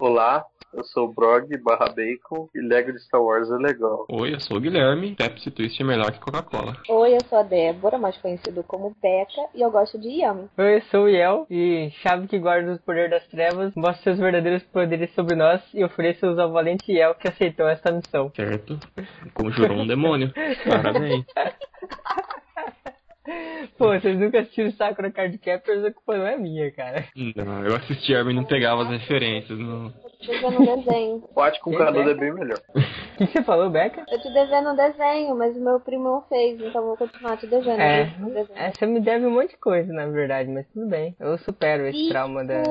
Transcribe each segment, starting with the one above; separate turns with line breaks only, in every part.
Olá, eu sou o Brog barra Bacon e Lego de Star Wars é legal.
Oi, eu sou o Guilherme. Pepsi Twist é melhor que Coca-Cola.
Oi, eu sou a Débora, mais conhecido como Peca, e eu gosto de Yami.
Oi, eu sou o Yel e chave que guarda o poder das trevas, mostra seus verdadeiros poderes sobre nós e ofereça-os ao valente Yel que aceitou esta missão.
Certo? Conjurou um demônio. Parabéns.
Pô, vocês nunca assistiram Sakura Card Captors, a culpa não é minha, cara.
Não, eu assisti Armin e não pegava as referências. Não.
Tô te devendo um desenho.
Pote com canudo é bem melhor.
O que você falou, Beca?
Tô te devendo um desenho, mas o meu primo fez, então vou continuar te devendo.
É,
um desenho.
é, você me deve um monte de coisa, na verdade, mas tudo bem. Eu supero esse trauma da...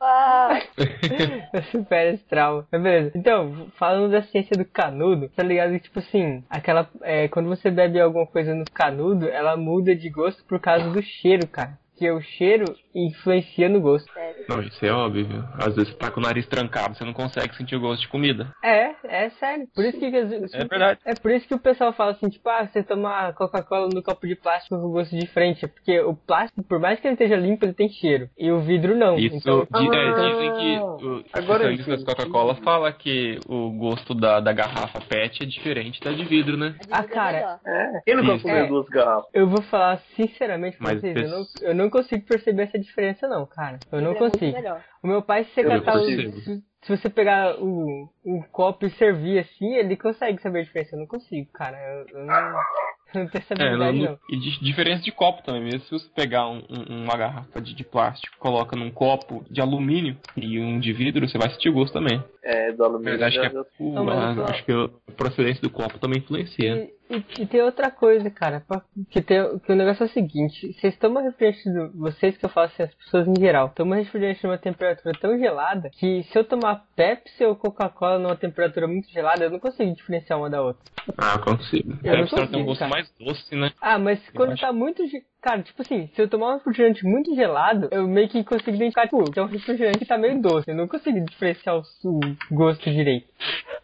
Ah,
Desculpa!
Eu supero esse trauma. Mas beleza. Então, falando da ciência do canudo, tá ligado que, tipo assim, aquela. é, quando você bebe alguma coisa no canudo, ela muda de gosto por causa do cheiro, cara. Que o cheiro influencia no gosto.
Sério.
Não, isso é óbvio. Às vezes você tá com o nariz trancado, você não consegue sentir o gosto de comida.
É, é sério. Por isso que.
É verdade.
É por isso que o pessoal fala assim, tipo, ah, você toma Coca-Cola no copo de plástico com gosto de frente. é Porque o plástico, por mais que ele esteja limpo, ele tem cheiro. E o vidro não.
Isso
Então,
di- é,
Ah.
dizem que o
Agora eu
especialista da
entendi.
Coca-Cola fala que o gosto da, da garrafa PET é diferente da de vidro, né?
A
Ah,
dívida é
cara.
melhor.
É, quem não
Isso.
gosta de comer
É.
duas garrafas?
eu vou falar sinceramente pra
Mas
vocês, eu não,
pes-
eu não consigo perceber essa diferença, não, cara. Eu não
É muito
consigo.
melhor.
O meu pai, se você
Eu
catar o,
consigo.
se, se você pegar o, o copo e servir assim, ele consegue saber a diferença. Eu não consigo, cara. Eu, eu não, eu não tenho essa
É,
habilidade,
não-
não.
e di- diferença de copo também. Mesmo se você pegar um- um- uma garrafa de, de plástico, coloca num copo de alumínio e um de vidro, você vai sentir o gosto também.
É, do
Na
alumínio.
verdade,
já-
acho que, é,
já-
o-
Não, mas eu
a-
tô-
acho que a procedência do copo também influencia.
E, e- e tem outra coisa, cara, pra- que, tem, que o negócio é o seguinte, vocês tomam refrigerante, do- vocês que eu falo assim, as pessoas em geral, tomam refrigerante numa temperatura tão gelada que se eu tomar Pepsi ou Coca-Cola numa temperatura muito gelada, eu não consigo diferenciar uma da outra.
Ah, consigo.
Eu não
Deve ter um
consigo,
gosto
cara.
mais doce, né?
Ah, mas quando
acho-
tá muito. ge- Cara, tipo assim, se eu tomar um refrigerante muito gelado, eu meio que consigo identificar, tipo, que é um refrigerante que tá meio doce. Eu não consigo diferenciar o, su- o gosto direito.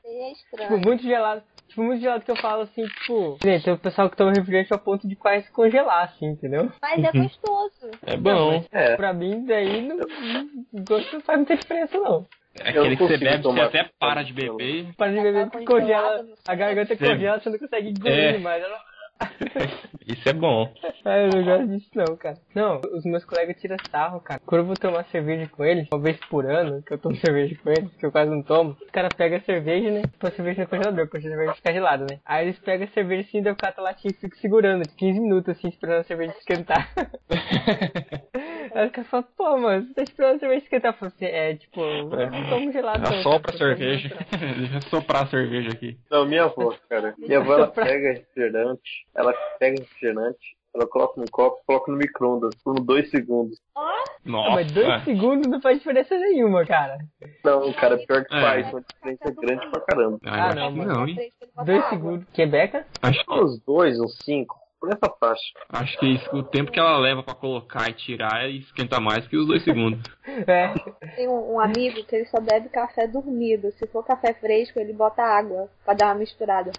É
Tipo,
estranho.
muito gelado. Tipo, muito gelado que eu falo assim, tipo. que nem Tem o pessoal que toma refrigerante ao ponto de quase congelar, assim, entendeu?
Mas é gostoso.
É
Não,
bom.
mas
É.
Pra mim, daí não, não- gosto não faz muita diferença, não.
É
Eu
aquele que você
consigo
bebe, você
tomar.
até para de beber.
Para de beber,
Tá
congela,
congelado no
a garganta
cérebro.
congela, você não consegue engolir
É.
mais. Ela-
Isso é bom.
Ah, eu não gosto disso não, cara. Não, os meus colegas tiram sarro, cara. Quando eu vou tomar cerveja com eles, uma vez por ano, que eu tomo cerveja com eles, que eu quase não tomo, os caras pegam a cerveja, né? Põe a cerveja no congelador, porque a cerveja fica gelada, né? Aí eles pegam a cerveja assim, daí eu cato a latinha e fico segurando, 15 minutos assim, esperando a cerveja esquentar. Aí os caras falam, pô, mano, você tá esperando a cerveja esquentar? Eu falo assim, é, tipo, eu não tomo gelado Ah, não. cara, é
Assopra
eu
a
tomo
É cerveja.
natural."
Deixa eu soprar a cerveja aqui.
Não, minha avó, cara. Minha avó, ela pega refrigerante, ela pega refrigerante, ela coloca no copo, coloca no micro-ondas por uns dois segundos.
Ah,
Nossa.
mas dois segundos não faz diferença nenhuma, cara.
Não, cara, pior que
É.
faz, uma diferença grande pra caramba.
Ah, eu
Ah,
acho que
não,
não, hein?
Dois segundos. Quebeca?
Acho que,
Uns dois, uns cinco, por essa faixa.
acho que isso- o tempo que ela leva pra colocar e tirar esquenta mais que os dois segundos.
É.
Tem um, um amigo que ele só bebe café dormido. Se for café fresco, ele bota água pra dar uma misturada.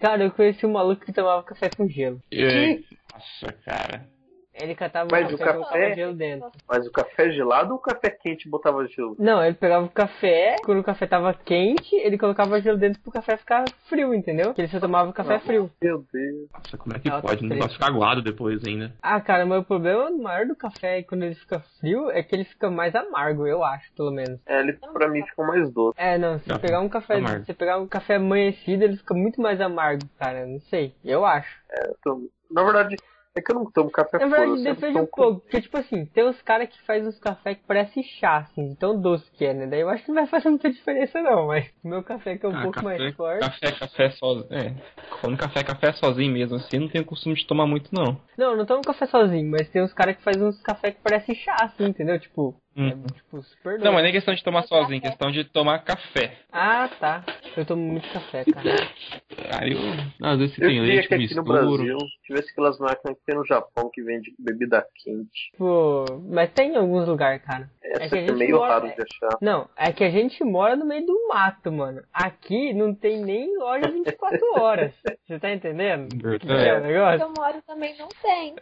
Cara, eu conheci um maluco que tomava café com gelo.
É, Nossa, cara.
Ele catava
Mas
o
o
café e colocava
café-
gelo dentro.
Mas o café gelado ou o café quente botava gelo?
Não, ele pegava o café, quando o café tava quente, ele colocava gelo dentro pro café ficar frio, entendeu? Que ele só tomava café frio.
Meu Deus.
Nossa, como é que
Ela tá
pode? Não
preta.
vai ficar aguado depois né? ainda.
Ah, cara, mas o problema maior do café é quando ele fica frio é que ele fica mais amargo, eu acho, pelo menos.
É, ele pra mim ficou mais doce.
É, não, se
Não,
pegar um café,
amargo.
se pegar um café amanhecido, ele fica muito mais amargo, cara, não sei, eu acho.
Eu tomo- Na verdade, é que eu não tomo café puro.
Na
eu
verdade,
sempre
depende
tomo
um pouco, porque tipo assim, tem uns caras que faz uns café que parece chá, assim, de tão doce que é, né? Daí eu acho que não vai fazer muita diferença não, mas o meu café que é um
Ah,
pouco mais forte.
café, café sozinho. É, quando café, café sozinho mesmo, assim, não tenho costume de tomar muito, não.
Não, eu não tomo café sozinho, mas tem uns caras que fazem uns café que parece chá, assim, entendeu? Tipo, é,
Hum.
tipo super doce.
Não, mas nem questão de tomar sozinho, questão de tomar café.
Ah, tá. Eu tomo muito café, cara.
Aí eu, às vezes se
Eu
tem
queria
leite
que
com
aqui no
misturo.
Brasil tivesse aquelas máquinas que tem no Japão que vende bebida quente.
Tipo, mas tem em alguns lugares, cara.
Essa
que a
é,
gente né?
meio
mora-
raro de achar.
Não, é que a gente mora no meio do mato, mano. Aqui não tem nem loja 24 horas. Você tá entendendo?
Verdade.
É, o negócio?
Eu moro também não tem.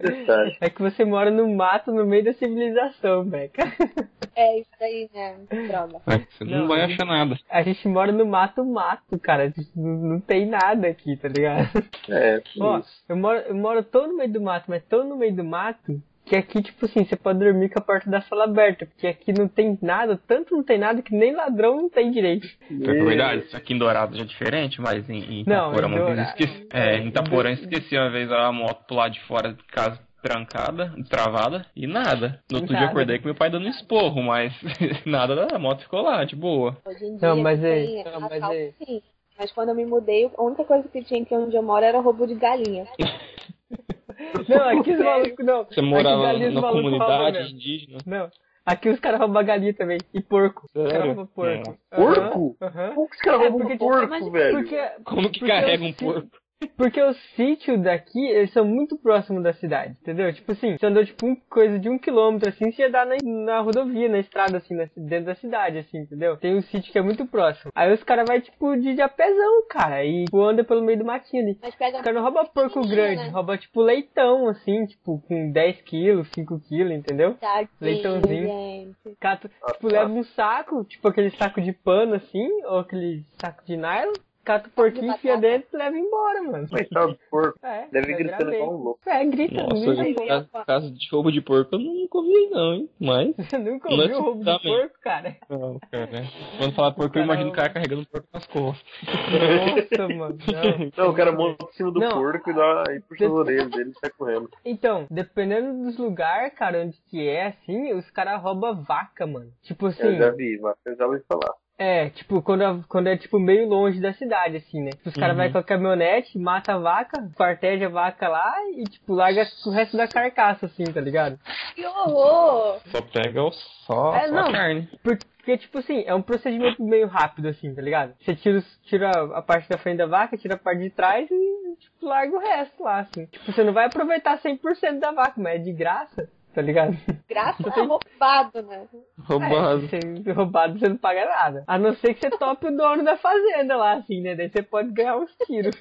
Detalhe.
É que você mora no mato, no meio da civilização, Beca.
É isso aí, né? Droga.
É, você não,
Não,
vai
eu-
achar nada.
A gente mora no mato, mato, cara. A gente Não, não tem nada aqui, tá ligado?
É,
Ó,
isso.
eu moro, eu moro tão no meio do mato, mas tão no meio do mato, que aqui, tipo assim, você pode dormir com a porta da sala aberta, porque aqui não tem nada, tanto não tem nada que nem ladrão não tem direito.
É verdade, isso aqui em Dourado já é diferente, mas em, em
Não,
Itaporã
em
uma vez eu
Dourado.
esqueci. É, em Itaporã eu esqueci uma vez a moto pro lado de fora de casa trancada, travada e nada. No outro dia
Nada.
eu acordei com meu pai dando esporro, mas nada, a moto ficou lá, de boa.
Hoje em dia
Não, mas é-
tem
não, mas
assalto,
é-
sim. Mas quando eu me mudei, a única coisa que tinha aqui onde eu moro era roubo de galinha.
Não, aqui os malucos, não.
Você
aqui
morava
dali os
na
malucos roubam
comunidade
mesmo.
indígena.
Não. Aqui os caras roubam galinha também. E porco. Os caras
Sério?
roubam porco. Aham,
Porco?
aham.
Como que os caras
É,
roubam
porque-
um porco,
mas-
velho?
Porque,
Como que
Porque
carrega
eu
um
sei-
porco?
Porque os sítios daqui, eles são muito próximos da cidade, entendeu? Tipo assim, você andou tipo um, coisa de um quilômetro, assim, você ia dar na, na rodovia, na estrada, assim, na- dentro da cidade, assim, entendeu? Tem um sítio que é muito próximo. Aí os caras vai, tipo, de, de a pezão, cara, e tipo, anda pelo meio do matinho ali.
Mas
Os
pega
caras não roubam porco grande, rouba tipo leitão, assim, tipo, com 10 quilos, 5 quilos, entendeu?
Tadinho,
Leitãozinho.
gente.
Cata,
Ah,
tipo,
tá.
leva um saco, tipo aquele saco de pano, assim, ou aquele saco de nylon, cata o porquinho, enfia
batata.
dentro e leva embora, mano.
Coitado do porco.
É,
Deve
vai virar
gritando
lei.
igual um louco.
É, grita,
Nossa,
grita.
gente,
bem.
caso, caso de roubo de porco eu nunca vi não, hein? Mas.
Você nunca
Não é
ouviu o roubo de
também.
porco, cara?
Não, cara. né? Quando falar porco, eu imagino o cara carregando um porco nas costas.
Nossa, mano, não.
Não, o cara monta em cima do
Não.
porco e dá e puxa as orelhas dele e sai correndo.
Então, dependendo dos lugares, cara, onde que é, assim, os caras roubam vaca, mano. Tipo assim,
Eu já vi, mas eu já ouvi falar.
é, tipo, quando, a- quando é, tipo, meio longe da cidade, assim, né? Os caras
Uhum.
vai com a caminhonete, mata a vaca, quarteja a vaca lá e, tipo, larga o resto da carcaça, assim, tá ligado?
Que horror!
Só pega o só,
É,
só
não.
a carne.
Porque, tipo assim, é um procedimento meio rápido, assim, tá ligado? Você tira, os- tira a parte da frente da vaca, tira a parte de trás e, tipo, larga o resto lá, assim. Tipo, você não vai aproveitar 100% da vaca, mas é de graça, tá ligado?
Graça a roubado, né?
Roubado.
É, você- roubado você não paga nada. A não ser que você tope o dono da fazenda lá, assim, né? Daí você pode ganhar uns tiros.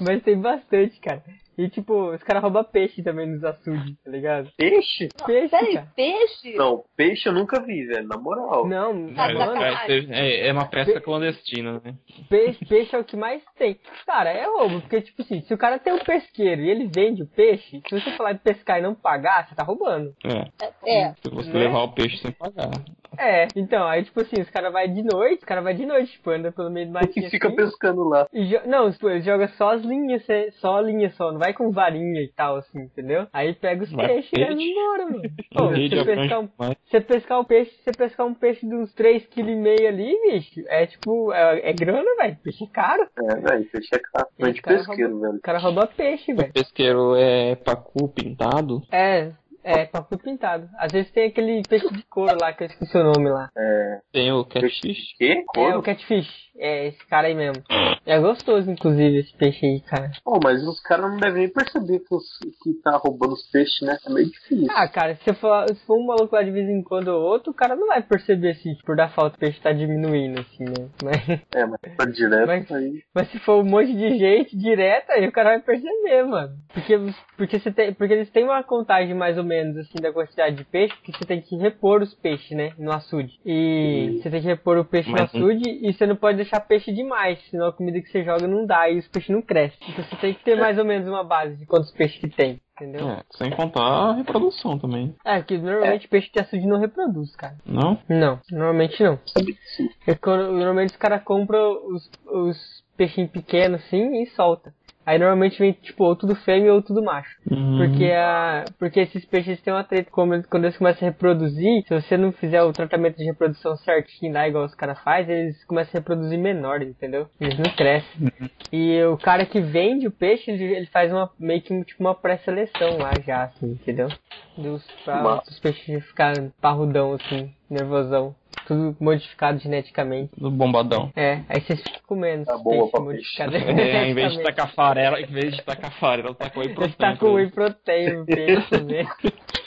mas tem bastante, cara. E, tipo, os caras roubam peixe também nos açudes, tá ligado?
Peixe?
Peixe,
Peraí,
cara.
peixe?
Não, peixe eu nunca vi, velho, na moral.
Não,
Mas,
mano,
mas teve- é, é uma pesca clandestina, né?
Peixe, peixe é o que mais tem. Cara, é roubo, porque, tipo assim, se o cara tem um pesqueiro e ele vende o peixe, se você falar de pescar e não pagar, você tá roubando.
É.
É,
Se você
Né?
levar o peixe sem pagar.
É, então, aí, tipo assim, os caras vai de noite, os caras vai de noite, tipo, anda pelo meio do matinho.
E fica
assim,
pescando lá.
e jo- Não, tipo, ele joga só as linhas, cê- só a linha só, não vai com varinha e tal, assim, entendeu? Aí pega os
Vai
peixes e
peixe.
vai embora, mano. Pô,
Ninguém
se
já
pescar um
prancha mais.
você pescar um peixe, você pescar um peixe de uns 3,5 kg ali, bicho, é tipo, é, é grana, velho, peixe é caro.
É, velho, peixe é caro.
Esse
Gente
cara
pesqueiro,
O
velho.
cara rouba peixe, velho.
O pesqueiro é pacu pintado.
É, é, papo pintado. Às vezes tem aquele peixe de couro lá, que eu esqueci o nome lá.
É.
Tem o catfish.
Quê?
É o
Couro?
catfish. É, esse cara aí mesmo. É gostoso, inclusive, esse peixe aí, cara.
Pô, mas os caras não devem nem perceber que, os- que tá roubando os peixes, né? É meio difícil.
Ah, cara, se for, se for um maluco lá de vez em quando ou outro, o cara não vai perceber se por dar falta o peixe tá diminuindo, assim, né? Mas,
É, mas tá direto
Mas-
aí.
mas se for um monte de gente direta, aí o cara vai perceber, mano. Porque, porque, você tem, porque eles têm uma contagem mais ou menos, assim, da quantidade de peixe, que você tem que repor os peixes, né? No açude. E você tem que repor o peixe no
Mas-
açude e você não pode deixar peixe demais, senão a comida que você joga não dá e os peixes não crescem. Então você tem que ter mais ou menos uma base de quantos peixes que tem, entendeu?
É, sem contar a reprodução também.
É, porque normalmente peixe de açude não reproduz, cara.
Não?
Não, normalmente não.
Sabe disso?
É quando- normalmente os caras compram os, os peixinhos pequenos assim e solta. Aí normalmente vem tipo ou tudo fêmea ou tudo macho.
Hum,
Porque,
Uhum.
a, porque esses peixes têm uma treta. Como, quando eles começam a reproduzir, se você não fizer o tratamento de reprodução certinho lá, igual os caras fazem, eles começam a reproduzir menores, entendeu? Eles não crescem.
Uhum.
E o cara que vende o peixe, ele, ele faz uma, meio que um- tipo, uma pré-seleção lá já, assim, entendeu? Dos, pra,
Massa.
os peixes ficarem parrudão, assim, nervosão. Tudo modificado geneticamente.
Do bombadão.
É, aí vocês ficam comendo
Tá
esses
boa
peixes
pra
modificados
É, em vez de
geneticamente.
tacar farela, em vez de tacar farela, tá tacou aí
Eles tacam Tá whey
proteína.
protein no peixe, né?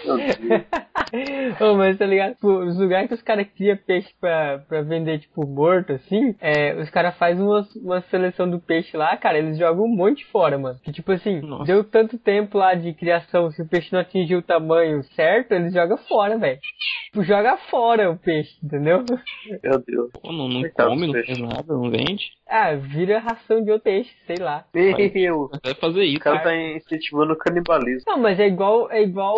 Meu Deus.
Ô, mas tá ligado? Tipo, os lugares que os caras criam peixe pra, pra vender, tipo, morto, assim, é, os caras fazem uma, uma seleção do peixe lá, cara, eles jogam um monte fora, mano. Que tipo assim,
Nossa.
deu tanto tempo lá de criação, se o peixe não atingiu o tamanho certo, eles jogam fora, velho. Tipo, joga fora o peixe, entendeu?
Meu Deus.
Pô, não, não
Coitado
come,
do
não
tá peixe.
faz nada, não vende.
Ah, vira ração de outro peixe, sei lá.
Meu,
Mas Deve fazer
o
isso.
cara tá incentivando o canibalismo.
Não, mas é igual, é igual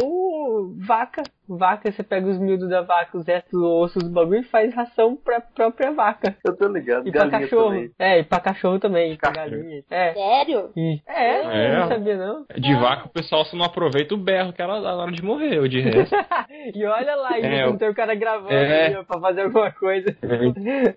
vaca. Vaca, você pega os miúdos da vaca, os restos, ossos, os bagulho e faz ração pra própria vaca.
Eu tô ligado,
E pra
galinha
cachorro.
também.
É, e pra cachorro também, e pra
Cachorro.
galinha. É.
Sério?
E- É,
É.
eu não sabia não.
De vaca o pessoal só não aproveita o berro que ela dá na hora de morrer, o de resto.
E olha lá, ainda
É,
não
eu-
tem o cara gravando
É.
ali, ó, pra fazer alguma coisa.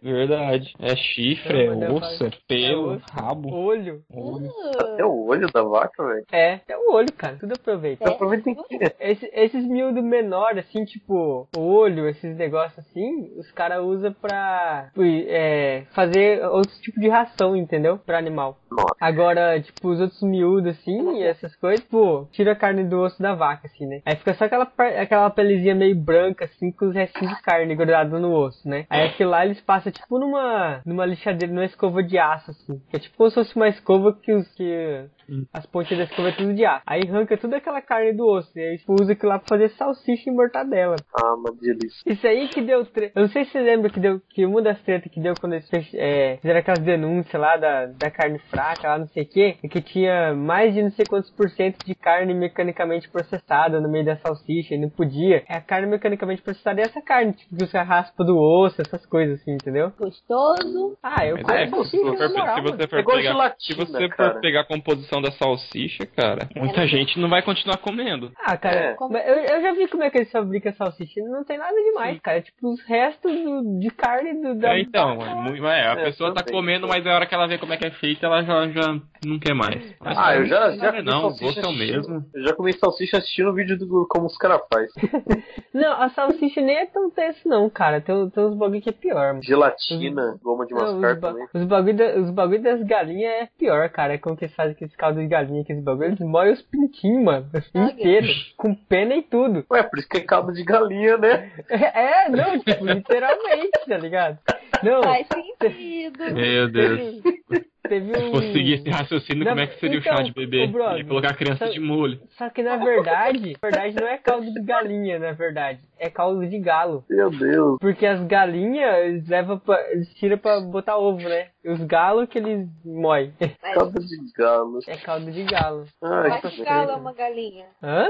Verdade. É chifre,
Não, mas
é
eu
osso, é
faço-
pelo,
é osso.
rabo.
Olho.
olho.
Até É o olho da vaca, velho.
É, até o olho, cara. Tudo aproveita.
É.
Aproveita em que?
Esse- esses miúdos menores, assim, tipo, olho, esses negócios assim, os caras usam pra tipo, é, fazer outro tipo de ração, entendeu? Pra animal.
Nossa.
Agora, tipo, os outros miúdos, assim, e essas coisas, pô, tira a carne do osso da vaca, assim, né? Aí fica só aquela, par- aquela pelezinha meio branca, assim, com os restinhos de carne grudado no osso, né? Aí aquilo lá eles passam, tipo, numa, numa lixadeira, numa escova de aço, assim. Que é tipo como se fosse uma escova que os que as pontas da escova é tudo de aço. Aí arranca toda aquela carne do osso, e aí tipo, usa aquilo lá pra fazer salsicha e mortadela.
Ah, uma delícia.
Isso aí que deu treta. Eu não sei se você lembra que deu que uma das tretas que deu quando eles fech- é, fizeram aquelas denúncias lá da, da carne fraca, lá não sei o quê, e que tinha mais de não sei quantos por cento de carne mecanicamente processada no meio da salsicha e não podia. É a carne mecanicamente processada é essa carne, tipo, que você raspa do osso, essas coisas assim, entendeu?
Gostoso.
Ah, eu
Mas é,
como
se
salsicha
você
na
for,
moral.
se
mano.
você for
É igual
pegar, se
gelatina,
você for
cara.
pegar a composição da salsicha, cara,
É
muita gente não vai continuar comendo.
Ah, cara,
É.
mas eu, eu já vi como é que eles fabricam salsicha. Não tem nada demais, cara. É tipo os restos do- de carne do, da.
É, então, é, mu- mas é, a
É,
pessoa tá
também.
comendo, mas na hora que ela vê como é que é feito, ela já, já não quer mais. Mas
Ah, eu já,
não
já
sabe
comi
não, o
salsicha
gosto é o
assistindo-
mesmo.
Eu já comi salsicha assistindo o vídeo do como os caras fazem.
Não, a salsicha nem é tão tenso, não, cara. Tem, tem uns bagulho que é pior, mano.
Gelatina, goma de né?
Não, os,
mascar
ba
também.
os, bagulho da- os bagulho das galinhas é pior, cara. É como que eles fazem aqueles caldo de galinha, aqueles bagulho. Eles moem os pintinhos, mano. Inteiros. Com pena e tudo.
Ué, por isso que é caldo de galinha, né?
É, não, tipo, literalmente, tá ligado? Não,
Faz sentido.
É,
Meu Deus.
teve um.
Conseguir esse raciocínio,
Não,
como é que seria
então,
o chá de bebê?
ô, brother,
Ia colocar a criança
sabe-
de molho.
Só que na verdade, na verdade não é caldo de galinha, na verdade. É caldo de galo.
Meu Deus.
Porque as galinhas eles levam pra. eles tiram pra botar ovo, né? E os galos que eles moem.
Caldo de galo.
É caldo de galo.
Ai,
Vai
que
que galo é
merda.
uma galinha.
Hã?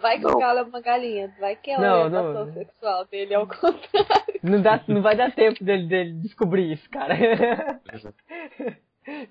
Vai que
Não.
galo é uma galinha. Vai que ela
Não,
é
não.
não. sexual dele, ao contrário.
Não, dá, não vai dar tempo dele, dele descobrir isso, cara.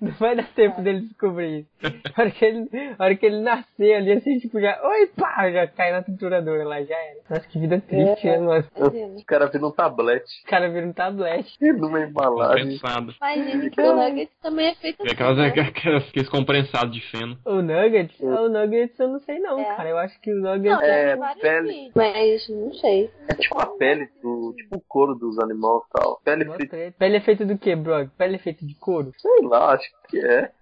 Não vai dar tempo dele descobrir isso. A hora que ele, a hora que ele nascer ali, assim, tipo, já. Oi, pá! Já cai na trituradora lá, já era. Nossa, que vida triste, né, mano?
Imagina.
O cara vira um tablete
Os caras viram um tablete.
numa embalagem.
Compensado.
Imagina que o
Então-
nugget também é feito
É
assim.
aquelas,
né?
aquelas, aqueles compensados de feno.
O Nuggets? Ah, O Nuggets eu não sei não,
É.
cara. Eu acho que o Nuggets.
Não,
É,
tem vários
pele.
vídeos, Mas não sei.
É tipo a pele, do, tipo o couro dos animais e tal. Pele
Mó
frita,
treta. Pele é feita do que, bro? Pele é feita de couro?
sei lá, acho que é.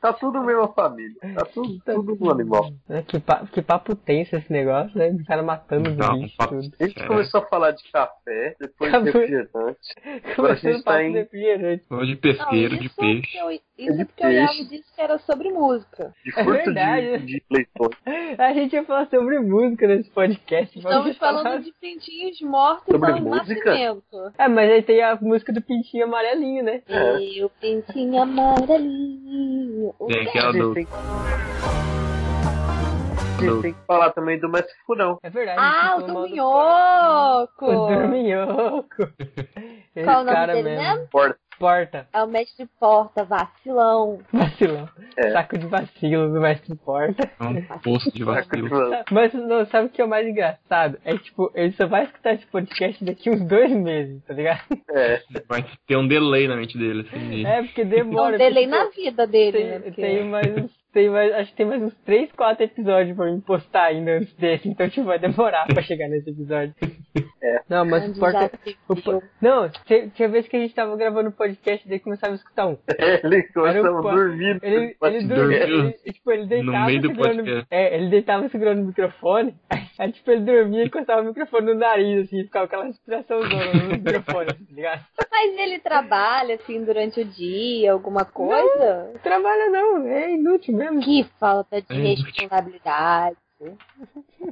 Tá tudo mesma família. Tá tudo, tudo no animal.
Né, Que, pa- que papo tenso esse negócio, né? Os caras matando os
Não,
bichos e
Então, papo-
tudo.
A gente
É.
começou a falar de café, depois de
Café.
refrigerante. Agora a gente tá em
refrigerante.
Ou de
Não,
pesqueiro, de
isso é
peixe.
que eu, isso é
de
porque o Iago
peixe.
disse que era sobre música.
de
É
furto
verdade.
de, de leitões.
A gente ia falar sobre música nesse podcast. mas a
Estamos
gente fala-
falando de pintinhos mortos
Sobre
ao
música?
nascimento.
É, mas aí tem a música do Pintinho Amarelinho, né?
É.
E o pintinho amarelinho. O
Tem
que-
aquela
A gente
do.
tem que- a gente tem que falar também do Mestre Furão.
É verdade.
Ah,
a
o
gente falou
do
mal do-
minhoco!
O Dorminhoco. Esse
Qual o nome
cara
dele
mesmo.
mesmo?
Porta.
Porta.
É o mestre porta, vacilão.
Vacilão.
É.
Saco de vacilo do mestre Porta.
É um poço de vacilo.
Mas não, sabe o que é o mais engraçado? É que, tipo, ele só vai escutar esse podcast daqui uns dois meses, tá ligado?
É.
Vai ter um delay na mente dele, assim. de-
É, porque
É um
demora.
delay
porque tipo,
na vida dele, né?
tem,
Porque
tem mais uns Tem mais, acho que tem mais uns 3, 4 episódios pra me postar ainda antes desse, então tipo, vai demorar pra chegar nesse episódio.
É.
Não, mas
Um
o porta.
desafio.
o po- Não, tinha tinha vez que a gente tava gravando o podcast e daí começava a escutar um.
Ele
Era o
começou
qua-
a dormir.
Ele, ele dormia, ele, tipo, ele deitava
meio do
segurando,
podcast.
É, ele deitava segurando o microfone, aí tipo, ele dormia e encostava o microne no nariz, assim, ficava aquela respiração no microfone, assim, tá ligado?
Mas ele trabalha, assim, durante o dia, alguma coisa?
Não trabalha não, é inútil mesmo,
Que falta de
É, gente.
responsabilidade.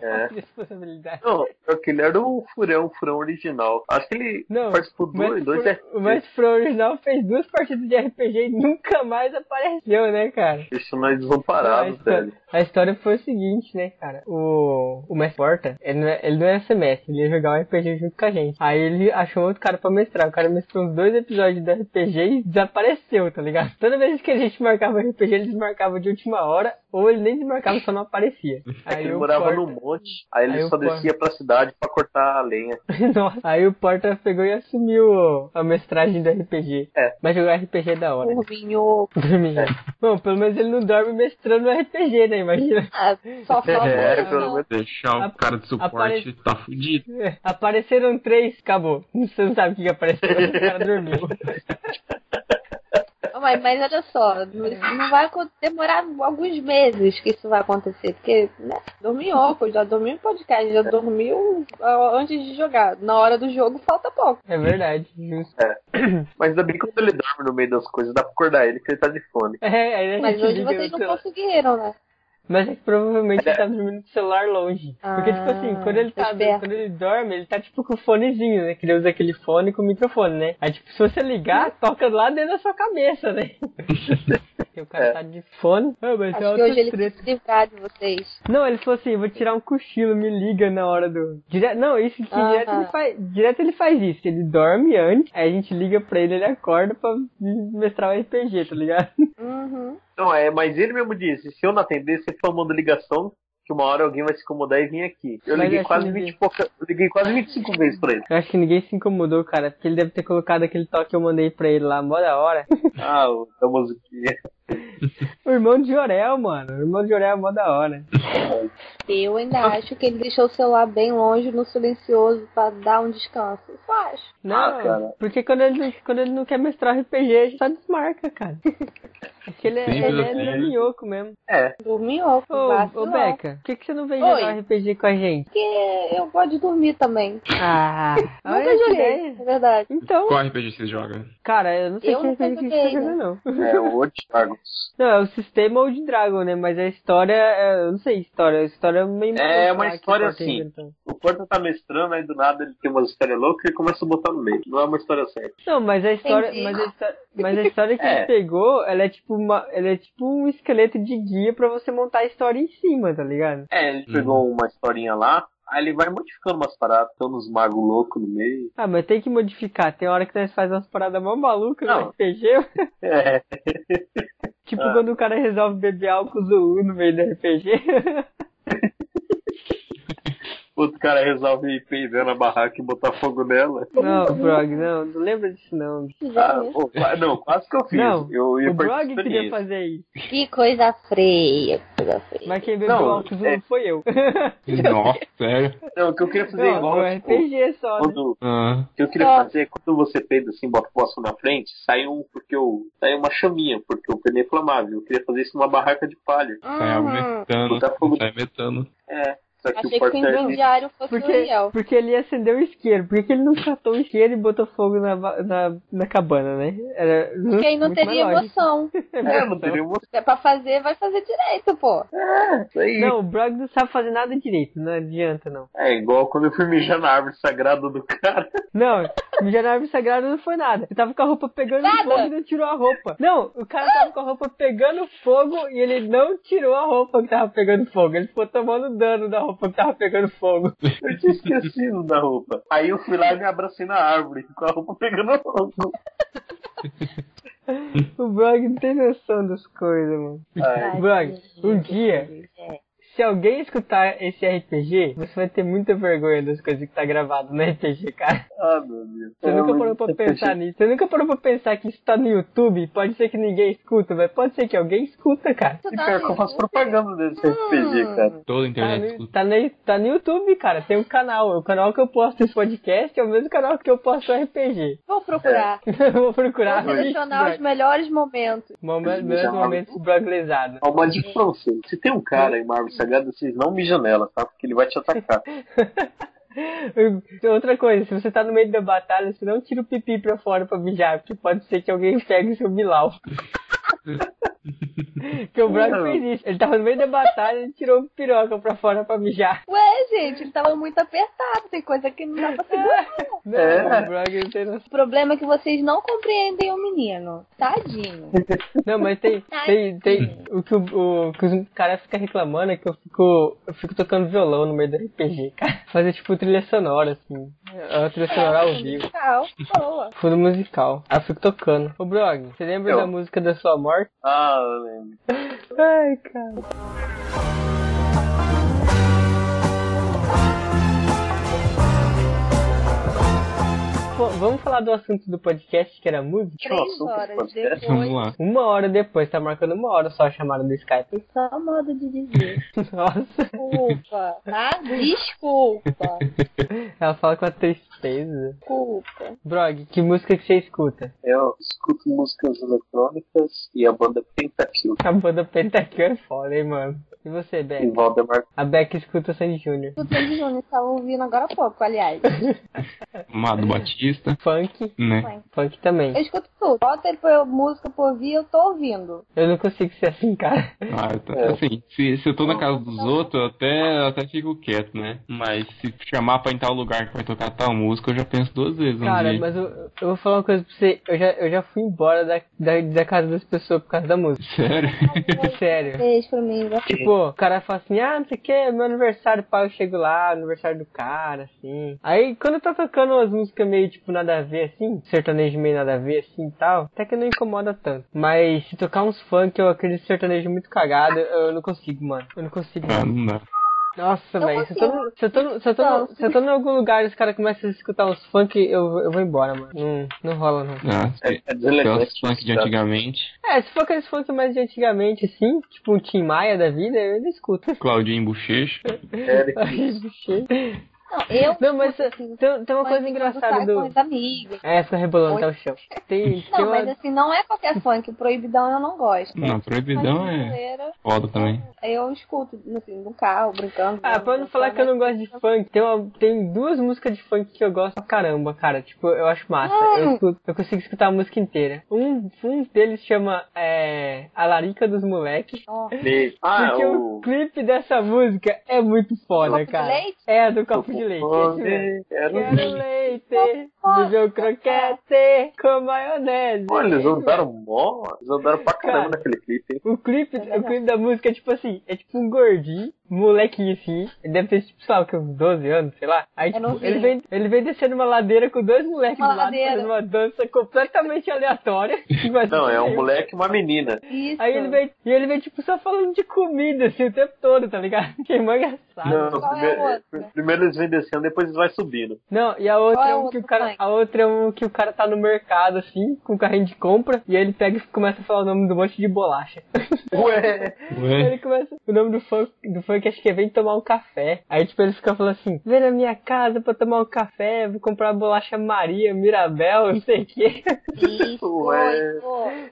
É.
responsabilidade.
Não, eu que ele era o furão, o furão original. Acho que ele
Não,
participou
o Matt
do, dois
Pro-
RPGs.
o Matt Pro original fez duas partidas de RPG e nunca mais apareceu, né, cara?
Isso nós vamos
Não, a,
parados,
história,
velho. É
a história foi o seguinte, né, cara? O, o mestre Porta, ele não, é, ele não era semestre, ele ia jogar um RPG junto com a gente. Aí ele achou outro cara pra mestrar. O cara mestrou uns dois episódios do RPG e desapareceu, tá ligado? Toda vez que a gente marcava RPG, ele desmarcava de última hora, ou ele nem desmarcava, só não aparecia. Aí
Ele
o
morava
Porta-
num monte, aí ele
Aí o
só
Porta-
descia pra cidade pra cortar a lenha.
Nossa. Aí o Porta pegou e assumiu a mestragem do RPG.
É.
Mas jogar RPG é da hora.
Um vinho.
Dormir. Bom, pelo menos ele não dorme mestrando RPG, né? Imagina.
Ah, só
Tá
falta. um
É,
não.
pelo menos.
Deixar
Ap-
o cara de suporte
aparece-
tá fudido.
É, Apareceram três, acabou. Você não sabe o que que apareceu, o cara dormiu.
Ô, Mas, mas olha só, não- isso não vai acon- demorar alguns meses que isso vai acontecer, porque, né, dormi em óculos, já dormi em podcast, já dormiu ah, antes de jogar. Na hora do jogo falta pouco.
É verdade, justo.
Mas ainda bem que quando ele dorme no meio das coisas, dá pra acordar ele que ele tá de fone.
É, aí a
Mas
gente
hoje
liga
vocês
o
não
celular.
conseguiram, né?
Mas é que provavelmente ele tá dormindo com o celular longe. Porque, tipo assim,
Ah,
quando ele tá
tá esperto.
quando ele dorme, ele tá tipo com o fonezinho, né? Que ele usa aquele fone com o microfone, né? Aí, tipo, se você
Hum.
ligar, toca lá dentro da sua cabeça, né? Porque o cara
É.
tá de fone. Ah, mas é
Acho que
outra
hoje ele quis
treta.
se livrar de vocês.
Não, ele falou assim, eu vou tirar um cochilo, me liga na hora do. Dire... Não, isso que
Aham.
direto, ele faz... direto ele faz isso. Ele dorme antes, aí a gente liga pra ele, ele acorda pra mestrar o RPG, tá ligado?
Uhum.
Não, é, mas ele mesmo disse, se eu não atender, você fica mandando ligação que uma hora alguém vai se incomodar e vir aqui. Eu
Mas
liguei
acho
quase
que
20
ninguém-
e pouca, eu liguei quase 25 vezes pra ele.
Eu acho que ninguém se incomodou, cara, porque ele deve ter colocado aquele toque que eu mandei pra ele lá, mó da hora.
Ah, o- a musiquinha.
o irmão de Jorel, mano. O irmão de Jorel é mó da hora.
Eu ainda acho que ele deixou o celular bem longe no silencioso pra dar um descanso. Só acho.
Não,
Ah, cara.
porque quando ele, quando ele não quer mestrar RPG, a gente só desmarca, cara. Acho que ele é,
Simples
ele é
assim.
nominhoco mesmo.
É,
Dormi em óculos,
Ô, ô
vacilão.
Beca, por que, que você não vem
Oi.
jogar RPG com a gente?
Porque eu gosto de dormir também.
Ah,
Nunca joguei, é verdade.
Então,
Qual RPG você joga?
cara, eu não sei
Eu
que
nunca
RPG que
joguei,
você tá jogando, não.
é o Old Dragons.
Não, é o sistema Old Dragon, né? Mas a história, é, eu não sei, história, a história é meio...
É,
maluca
uma
lá que tá
história
então. o Porta
assim.
inventou.
O Porta tá mestrando, aí do nada ele tem umas histórias loucas e ele começa a botar no meio. Não é uma história certa.
Não, mas a história,
Entendi.
mas a história, mas a história que
É.
ele pegou, ela é tipo uma, ela é tipo um esqueleto de guia pra você montar a história em cima, tá ligado?
É, ele pegou uma historinha lá, aí ele vai modificando umas paradas, tem uns magos loucos no meio.
Ah, mas tem que modificar. Tem hora que nós faz umas paradas mó malucas no
Não.
RPG.
É,
Tipo
Ah.
quando o cara resolve beber álcool Zulu no meio do RPG.
outro cara resolve ir peidando a barraca e botar fogo nela.
não,
é?
Brog, não, não lembra disso não.
Ah,
Fizeram isso.
pô, qua- não, quase que eu fiz.
Não,
eu ia
O Brog
participar
queria
disso.
fazer isso.
Que coisa feia, que coisa feia.
Mas quem bebeu
Não,
álcool Zulu
é-
foi eu.
Nossa, sério?
Não, o que eu queria fazer
Não, é
igual,
foi
tipo,
RPG só, né?
quando,
Ah,
o que eu queria
Só.
fazer é quando você peida assim, bota o poço na frente, sai um, porque eu, sai uma chaminha, porque o pneu é inflamável. Eu queria fazer isso numa barraca de palha.
sai algo
Uhum.
né?
metano.
Botar fogo.
Sai metano.
É, só que
Achei
o
que o
porta
incendiário fosse o
Porque, Hum?
Ariel.
porque ele acendeu o isqueiro. Por que que ele não catou o isqueiro e botou fogo na, ba- na, na cabana, né? Era
Porque aí não
muito mais
teria
lógico. Então,
emoção.
é, não teria emoção.
Se é pra fazer, vai fazer direito, pô.
Isso aí.
Não, o Brog não sabe fazer nada direito. Não adianta, não.
É igual quando eu fui mijar na árvore sagrada do cara.
Não, mijar na árvore sagrada não foi nada. Ele tava com a roupa pegando
Nada.
fogo e não tirou a roupa. Não, o cara tava com a roupa pegando fogo e ele não tirou a roupa que tava pegando fogo. Ele ficou tomando dano da roupa que tava pegando fogo.
Eu tinha esquecido da roupa. Aí eu fui lá e me abracei na árvore, com a roupa pegando fogo.
O Brog não tem noção das coisas, mano.
Ai,
é.
Brog, um dia, se alguém escutar esse RPG, você vai ter muita vergonha das coisas que tá gravado no RPG, cara.
Ah, meu Deus.
Você nunca parou pra
Realmente,
pensar nisso. Você nunca parou pra pensar que isso tá no YouTube. Pode ser que ninguém escuta, mas pode ser que alguém escuta, cara.
Isso
E
tá
pior que eu
no
faço
YouTube?
propaganda desse RPG, cara.
Toda a
Tá
internet
no,
escuta.
tá, no, tá no YouTube, cara. Tem um canal. O canal que eu posto esse podcast é o mesmo canal que eu posto RPG.
Vou
É.
procurar.
Vou procurar.
Vou selecionar os
Momen-
melhores momentos.
Meus momentos brasileirizados.
Ó, É Uma dica pra você. Se tem um cara em Marvel Sagrada, vocês não mijam nela, tá? Porque ele vai te atacar.
Outra coisa, se você tá no meio da batalha, você não tira o pipi pra fora pra mijar, porque pode ser que alguém pegue o seu Bilal. que o Brock
Não.
fez isso. Ele tava no meio da batalha, ele tirou o piroca pra fora pra mijar.
Ué, gente, ele tava muito apertado. Tem coisa que não dá pra segurar.
Não,
É.
o Brock não tem noção.
O problema é que vocês não compreendem o menino. Tadinho.
Não, mas tem. tem, tem o, que o, o que os caras ficam reclamando é que eu fico, eu fico tocando violão no meio do RPG, cara. Fazer tipo trilha sonora, assim. É uma trilha sonora ao vivo.
Tchau. Boa.
Fundo musical. Ah, fico tocando. Ô, Brog, você lembra
Eu.
da música da sua morte?
Ah, eu lembro.
Ai, cara. Bom, vamos falar do assunto do podcast, que era música?
Tinha um
Três
assunto
horas
esse podcast.
Vamos
depois.
lá.
Uma hora depois, tá marcando uma hora só a chamada do Skype.
Só um modo de dizer.
Nossa,
Desculpa, tá? Desculpa.
ela fala com a tristeza.
Desculpa.
Brog, que música que você escuta?
Eu escuto músicas eletrônicas e a banda Pentakill.
A banda Pentakill é foda, hein, mano. E você,
E
Beck?
Valdemar.
A Beck escuta Sandy Júnior.
O Sandy Júnior estava ouvindo agora há pouco, aliás.
É.
Amado Batista,
Funk.
né?
Funk.
Funk também.
Eu escuto tudo. Bota ele pra eu- música pra ouvir, eu tô ouvindo.
Eu não consigo ser assim, cara.
Ah, tá-
É.
assim, se, se eu tô na casa dos outros, eu até, eu até fico quieto, né? Mas se chamar pra ir em tal lugar que vai tocar tal música, eu já penso duas vezes. um antes
Cara,
de-
mas eu, eu vou falar uma coisa pra você. Eu já, eu já fui embora da, da, da casa das pessoas por causa da música.
Sério?
Sério.
Beijo pra mim. vai.
Tipo, o cara fala assim, ah, não sei o que, é meu aniversário, pai, eu chego lá, aniversário do cara, assim. Aí, quando tá tocando umas músicas meio, tipo, nada a ver, assim, sertanejo meio nada a ver, assim, e tal, até que não incomoda tanto. Mas, se tocar uns funk ou aquele sertanejo é muito cagado, eu, eu não consigo, mano. Eu não consigo,
Ah,
mano.
não dá.
Nossa,
Eu
velho, se eu tô no- se eu tô no- se eu tô
Não.
no- se eu tô em algum lugar e os caras começam a escutar uns funk, eu, eu vou embora, mano. Não, não rola, não.
Ah,
É, é
Aquelas
deselegante.
funk de antigamente.
É, se for aqueles funk mais de antigamente, assim, tipo um Tim Maia da vida, eu ainda escuto.
Claudinho Bochecha.
Eric.
Ai, bicho.
Não, eu.
não, mas
escuto,
tem,
assim,
tem
funk
uma coisa
quando
engraçada
sai Com
do...
as amigas.
É, fica rebolando até o chão. Tem, tem
Não,
uma...
mas assim, não é qualquer funk. Proibidão eu não gosto.
Não, proibidão
Funk
é
brasileira,
foda também.
Eu escuto, assim, no carro, brincando.
Ah, pra não falar que eu não gosto
assim.
de funk, tem, uma, tem duas músicas de funk que eu gosto pra caramba, cara. Tipo, eu acho massa.
Hum.
Eu, escuto- eu consigo escutar a música inteira. Um, um deles chama é, A Larica dos Moleques.
Ó,
Me- Ah,
porque o...
o.
clipe dessa música é muito foda,
Copo de
cara.
leite?
É, do copo de leite. esse mesmo.
Era um
Quero
vídeo.
leite,
Copo.
me deu croquete com maionese.
Olha, eles andaram mó. Eles andaram pra caramba
Cara.
naquele clipe, hein?
O clipe, o clipe da música é tipo assim, é tipo um gordinho, molequinho assim, ele deve ter tipo, sei lá, o que, uns 12 anos, sei lá. Aí tipo,
novinho.
ele vem, ele vem descendo uma ladeira com dois moleques
Uma
do lado,
ladeira.
fazendo uma dança completamente aleatória. Mas-
Não, é um moleque e uma menina.
isso.
Aí ele vem, e ele vem tipo só falando de comida assim o tempo todo, tá ligado? Que é mó engraçado.
Não,
Qual é a
primeiro,
outra?
primeiro eles vêm descendo, depois eles vão subindo.
Não, e a outra
Qual é
é
o
um que o
outro
cara,
funk?
a outra é um que o cara tá no mercado assim, com o carrinho de compra, e aí ele pega e começa a falar o nome do monte de bolacha.
Ué!
Ele começa. O nome do funk, do funk acho que é Vem Tomar um Café. Aí, tipo, ele fica falando assim: Vem na minha casa pra tomar um café, vou comprar bolacha Maria, Mirabel, não sei o quê.
Isso,
Ué.
isso.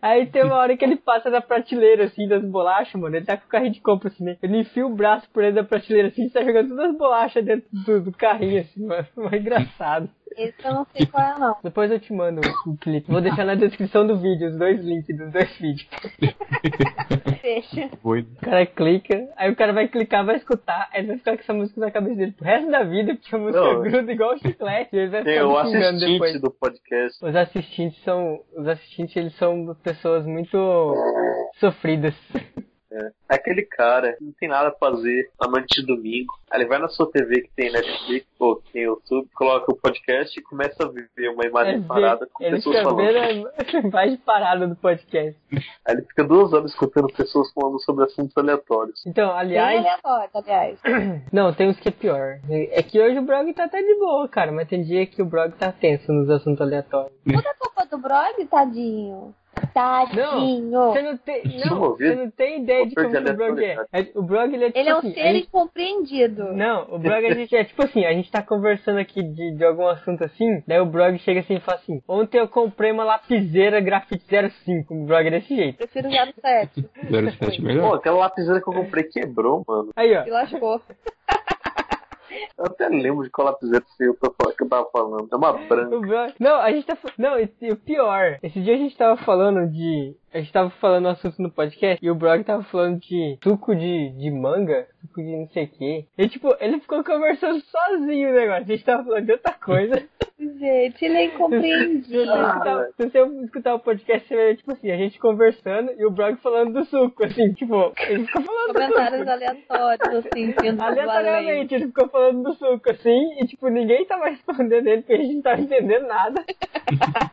Aí tem uma hora que ele passa na prateleira, assim, das bolachas, mano. Ele tá com o carrinho de compra, assim, né? Ele enfia o braço por dentro da prateleira, assim, e tá jogando todas as bolachas dentro do, do carrinho, assim, mano. É engraçado.
Esse eu não sei qual é, não.
Depois eu te mando o clipe. Vou deixar na descrição do vídeo os dois links dos dois vídeos.
Fecha.
Foi.
O cara clica, aí o cara vai clicar, vai escutar, aí ele vai ficar com essa música na cabeça dele pro resto da vida, porque a música
Não,
gruda igual chiclete, e ele vai ficar
Tem o
comendo
assistente
tá depois.
do podcast.
Os assistentes são. Os assistentes eles são pessoas muito sofridas.
É. Aquele cara que não tem nada pra fazer na noite de domingo. Aí ele vai na sua TV que tem Netflix ou que tem YouTube, coloca o podcast e começa a viver uma
É,
imagem parada com
Ele
pessoas
fica
falando.
vendo a mais parada do podcast.
Aí ele fica duas horas escutando pessoas falando sobre assuntos aleatórios.
Então, aliás,
Bem aleatório, aliás.
Não, tem uns que é pior. É que hoje o blog tá até de boa, cara, mas tem dia que o blog tá tenso nos assuntos aleatórios.
Toda a culpa do Brog, tadinho. Tadinho.
Você não tem, não,
Desenvolvido.
você não tem ideia de
Por
como que o blog é.
aleatoriedade.
É- O blog ele é tipo
Ele é um
assim,
ser
a gente-
incompreendido.
Não, o blog a gente é tipo assim, a gente tá conversando aqui de, de algum assunto assim, daí o blog chega assim e fala assim, ontem eu comprei uma lapiseira grafite 05, o blog é desse jeito.
Prefiro já no 7.
07
Pô,
melhor.
aquela lapiseira que eu comprei quebrou, mano.
Aí, ó.
E lascou.
Eu até lembro de qual lapiseira foi eu tô falando- que eu tava falando. É uma branca.
O Bra- Não, a gente tá. fa- Não, e, e o pior. Esse dia a gente tava falando de. A gente tava falando um assunto no podcast e o Brock tava falando de suco de, de manga, suco de não sei o quê. E tipo, ele ficou conversando sozinho o negócio. A gente tava falando de outra coisa.
Gente, ele é
Se você,
incompreendido.
escutar, se você escutar o podcast, você vai ver, tipo assim, a gente conversando e o Brock falando do suco, assim, tipo, ele ficou falando do
Comentários
suco.
aleatórios, assim, vindo do além.
Aleatoriamente, ele ficou falando do suco, assim, e tipo, ninguém tava respondendo ele, porque a gente não tava entendendo nada.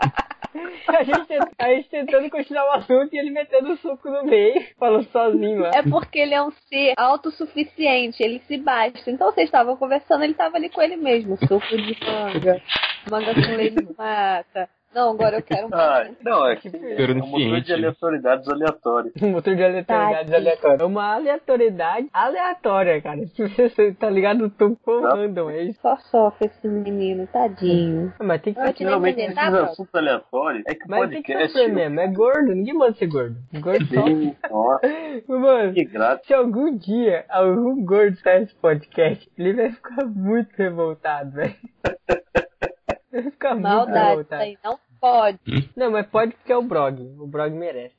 A gente, tent- a gente tentando continuar o assunto e ele metendo o suco no meio, falando sozinho lá.
É porque ele é um ser autossuficiente, ele se basta. Então vocês estavam conversando, ele estava ali com ele mesmo. Suco de manga, manga com leite de mata. Não, agora eu quero um
Ah, não, é que
É.
é um motor de
Ciente.
aleatoriedades aleatórias.
Um motor de aleatoriedade
Tadinho.
aleatória. É uma aleatoriedade aleatória, cara. Se você tá ligado, tu random, é isso.
Só sofre esse menino, tadinho.
Ah, Mas tem que
Ah,
ser.
que-
Geralmente
entender,
esses
tá, Bruno?
assuntos aleatórios é que o
Mas tem que
podcast.
sofrer mesmo. É gordo, ninguém manda ser gordo. Gordo só.
Sim, Nossa,
Mano,
que graça.
Se algum dia algum gordo sair esse podcast, ele vai ficar muito revoltado, velho. Vai ficar muito
Maldade, isso
revoltado.
aí não pode.
Não, mas pode porque é o Brog. O Brog merece.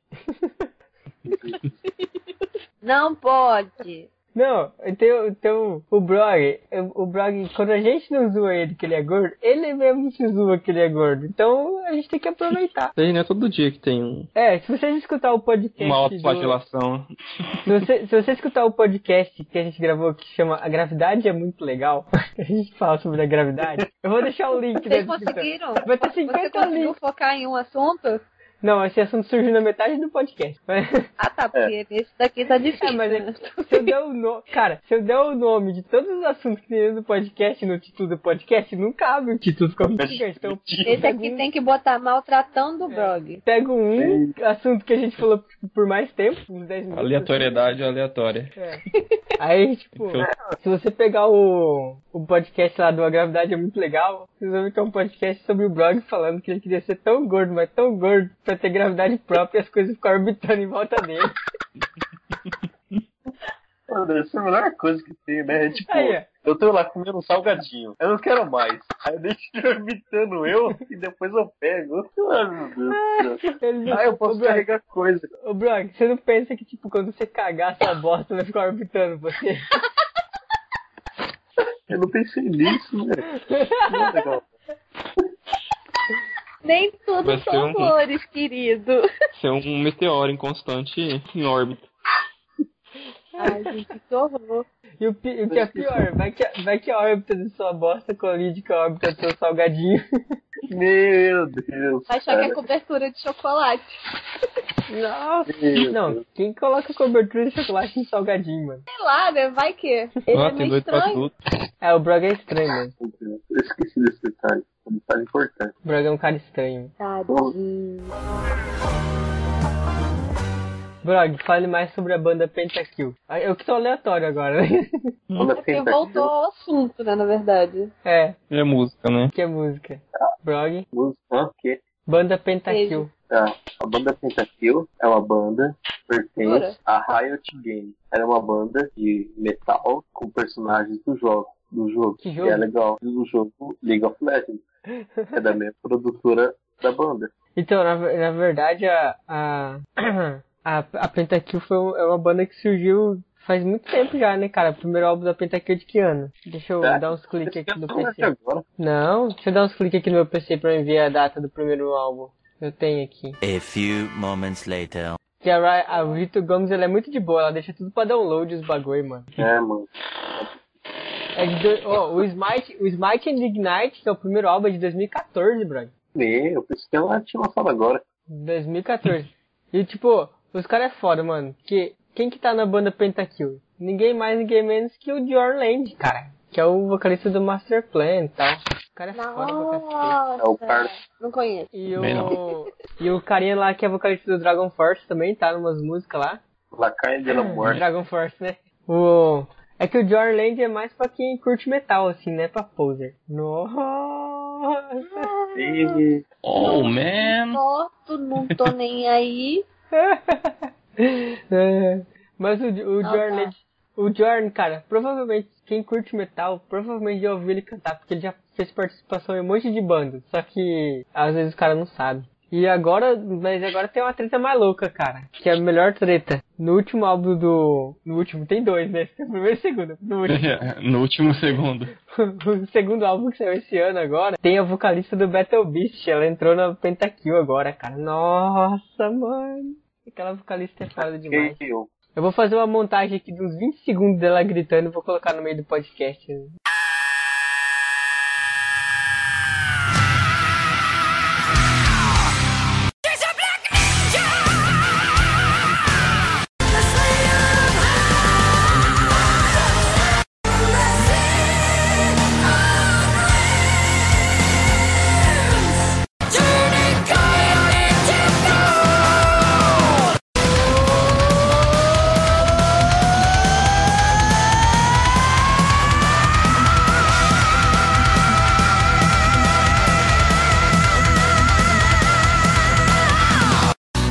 Não pode.
Não, então, então o Brog, o Brog, quando a gente não zoa ele que ele é gordo, ele mesmo se zoa que ele é gordo. Então a gente tem que aproveitar.
Tem, né? Todo dia que tem um-
É, se vocês escutar o podcast.
uma
do-
autoflagelação.
Se você, se você escutar o podcast que a gente gravou que chama A Gravidade é Muito Legal, a gente fala sobre a gravidade. Eu vou deixar o link
Vocês
na descrição.
conseguiram?
Vai ter
Você
50
conseguiu
links.
focar em um assunto?
Não, esse assunto surgiu na metade do podcast. Mas,
Ah, tá, porque esse daqui tá difícil.
É, mas é-
né?
se eu der o nome. Cara, se eu der o nome de todos os assuntos que tem dentro do podcast no título do podcast, não cabe o título, fica muito gigante. Então,
Esse
pega
aqui
um,
tem que botar maltratando o Brog.
pega um assunto que a gente falou por mais tempo, uns 10 minutos.
Aleatoriedade aleatória.
É. Aí, tipo,
Então-
se você pegar o, o podcast lá do A Gravidade é muito legal, vocês vão ver que é um podcast sobre o blog falando que ele queria ser tão gordo, mas tão gordo, pra ter gravidade própria e as coisas ficarem orbitando em volta dele.
Mano, essa é a melhor coisa que tem, né? É tipo,
Aí, ó.
eu tô lá comendo um salgadinho. Eu não quero mais. Aí deixa ele orbitando eu e depois eu pego. Ai, meu Deus do céu.
Ele-
Ah, eu
Ô,
posso
Brock,
carregar coisa.
ô, Brock, você não pensa que, tipo, quando você cagar, sua bosta vai ficar orbitando você?
Eu não pensei nisso, né? Muito legal.
Nem tudo
Vai ser
são
um-
flores, querido.
Ser um meteoro inconstante em órbita.
Ai, gente, que horror.
E o, pi- o que é pior, vai que, a- vai que a órbita de sua bosta colide com a órbita do seu salgadinho.
Meu Deus.
Achar que é
cara.
cobertura de chocolate.
Nossa!
Meu
Não,
Deus.
quem coloca cobertura de chocolate em salgadinho, mano?
Sei lá, né? Vai que. Ele
Ah,
é
tem
meio
doido pra
estranho.
tudo.
É, o Brock é estranho, mano.
Meu Deus. Eu esqueci desse detalhe. Um detalhe importante.
O Brock é um cara estranho.
Tadinho.
Brog, fale mais sobre a banda Pentakill. Ah, Eu que tô aleatório agora, né?
Olha
É porque
senta aqui,
voltou ao assunto, né, na verdade.
É,
É música, né?
que é música. Brog,
luz. Hã? O quê?
banda Pentakill.
Tá. A banda Pentakill é uma banda que
Jura?
pertence à Riot Games. Ela é uma banda de metal com personagens do jogo. Do jogo.
Que jogo?
E é legal. E Do jogo League of Legends. É da mesma produtora da banda.
Então, na, ver- na verdade, a, a, a, a Pentakill foi um- é uma banda que surgiu faz muito tempo já, né, cara? O primeiro álbum da Pentakill é de que ano? Deixa eu
Tá.
dar uns cliques aqui no
Esse cara
PC.
agora.
Não, deixa eu dar uns cliques aqui no meu PC pra eu ver a data do primeiro álbum. Eu tenho aqui.
A few moments later.
Que a, Ra- a Rita Gomes ela é muito de boa, ela deixa tudo pra download os bagulho, mano.
É, mano.
É de do- ó, o Smite, o Smite and Ignite, que é o primeiro álbum, é de 2014, brother.
E eu pensei que ela tinha lançado agora.
2014. E tipo, os caras é foda, mano. Que, quem que tá na banda Pentakill? Ninguém mais, ninguém menos que o Dior Land, cara. Que é o vocalista do Master Plan e tal. O cara é foda pra cacete.
É o
Nossa,
Carlos.
não conheço.
E
Bem
o, e o carinha lá que é vocalista do Dragon Force também tá numas músicas lá.
Lacaia de la Morte.
Dragon Force, né? O, é que o Dior Land é mais pra quem curte metal, assim, né? Pra poser. Nossa!
E
Oh, man.
Morto, não tô nem aí.
É, Mas o, o
Não,
Jorn,
tá.
ele- o Jorn, cara, provavelmente, quem curte metal, provavelmente já ouviu ele cantar, porque ele já fez participação em um monte de bandas, só que às vezes o cara não sabe. E agora, mas agora tem uma treta mais louca, cara, que é a melhor treta. No último álbum do... no último, tem dois, né? Tem o primeiro e o segundo. No último.
no último segundo.
o segundo álbum que saiu esse ano agora, tem a vocalista do Battle Beast. Ela entrou na Pentakill agora, cara. Nossa, mano. Aquela vocalista é foda demais.
quem eu?
Eu vou fazer uma montagem aqui de uns 20 segundos dela gritando e vou colocar no meio do podcast.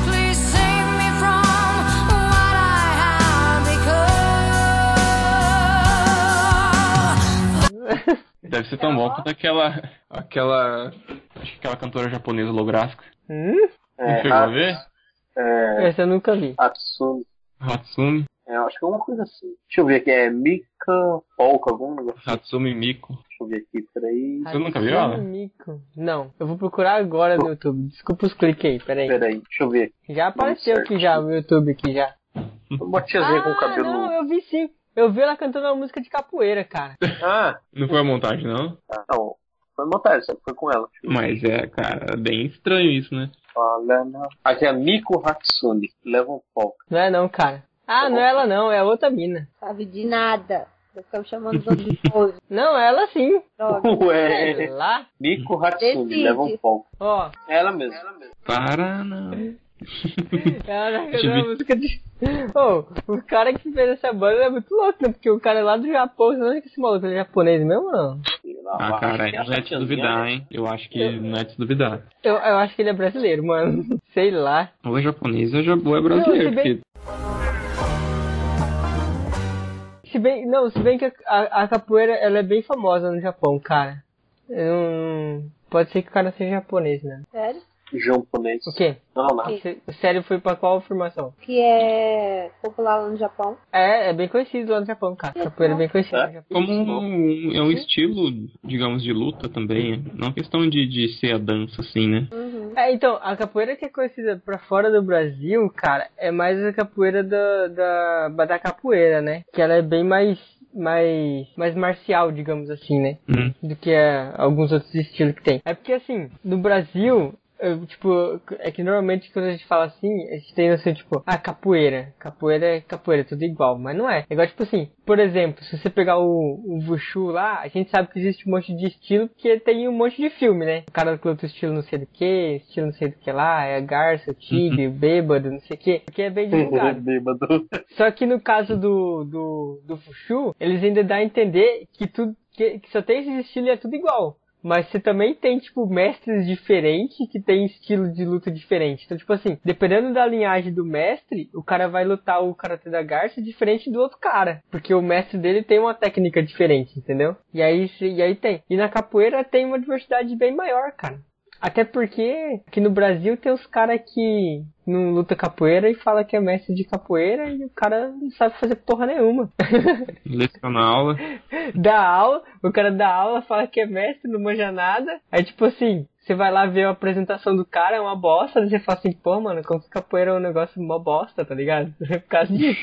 Please save me from what I have become.
Deve ser tão bom quanto aquela. aquela. Acho que aquela cantora japonesa holográfica.
Hum?
Não chegou a ver?
É,
Essa eu nunca vi.
Hatsune.
Hatsumi.
É, eu acho que é alguma coisa assim. Deixa eu ver aqui. É Mika Polka, algum negócio.
Hatsumi Miku.
Deixa eu ver aqui, peraí.
Você nunca viu ela?
Hatsune Miku. Não, eu vou procurar agora no YouTube. Desculpa os cliques aí, peraí.
Peraí, deixa eu ver.
Já apareceu aqui já, o YouTube aqui já.
Uma tiazinha com
Ah,
cabelo.
não, eu vi sim. Eu vi ela cantando uma música de capoeira, cara.
Ah,
Não foi a montagem, não?
tá, não. Foi montagem, só que foi com ela.
Mas é, cara, bem estranho isso, né?
Fala, não. Aqui é Miko Hatsune. Leva um polka.
Não é não, cara. Ah, não é ela não, é outra mina.
Sabe de nada. Eu ficava chamando os outros de pose.
Não, ela sim.
Droga.
Sei
Ué.
lá.
Miko Hatsune.
Decide.
Leva um polka.
Ó,
É ela mesmo. Ela mesmo.
Para não.
ela tá
Tive-
cantando uma música de... Ô, o cara que fez essa banda é muito louco, né? Porque o cara é lá do Japão, não é que esse maluco é japonês mesmo, não?
Ah, cara, não é de se duvidar, hein? Eu acho que não é de se duvidar.
Eu, eu acho que ele é brasileiro, mano. Sei lá.
Ou é japonês ou é ja- ou é brasileiro.
Não, se bem-
porque-
Se bem, não, se bem que a, a- a capoeira, ela é bem famosa no Japão, cara. Eu não- Pode ser que o cara seja japonês, né?
Sério?
Japonês.
O quê?
Não, não.
Sim.
Cê- O sério foi pra qual afirmação?
Que é popular lá no Japão.
É, é bem conhecido lá no Japão, cara. Capoeira é bem conhecido no
Tá?
Japão.
Como um- é um estilo, digamos, de luta também. Não é uma questão de, de ser a dança, assim, né?
É, então, a capoeira que é conhecida pra fora do Brasil, cara, é mais a capoeira da, da, da capoeira, né? Que ela é bem mais, mais, mais marcial, digamos assim, né?
Hum.
do que é, alguns outros estilos que tem. É porque assim, no Brasil, eu, tipo, é que normalmente quando a gente fala assim, a gente tem assim, tipo, ah, capoeira. Capoeira é capoeira, tudo igual, mas não é. É igual, tipo assim, por exemplo, se você pegar o, o Wushu lá, a gente sabe que existe um monte de estilo, porque tem um monte de filme, né? O cara que luta o estilo não sei do que, estilo não sei do que lá, é a garça, o tigre, o bêbado, não sei o que, porque é
Uhum.
bem divulgado.
Bêbado.
Só que no caso do, do, do Fuxu, eles ainda dá a entender que, tudo, que, que só tem esses estilos e é tudo igual. Mas você também tem, tipo, mestres diferentes que tem estilo de luta diferente. Então, tipo assim, dependendo da linhagem do mestre, o cara vai lutar o Karate da Garça diferente do outro cara. Porque o mestre dele tem uma técnica diferente, entendeu? E aí, se- e aí tem. E na capoeira tem uma diversidade bem maior, cara. Até porque aqui no Brasil tem os caras que não luta capoeira e fala que é mestre de capoeira e o cara não sabe fazer porra nenhuma.
Leciona a aula.
dá aula, o cara dá aula, fala que é mestre, não manja nada. Aí tipo assim, você vai lá ver a apresentação do cara, é uma bosta, daí você fala assim, pô, mano, como que capoeira é um negócio mó bosta, tá ligado? Por causa disso.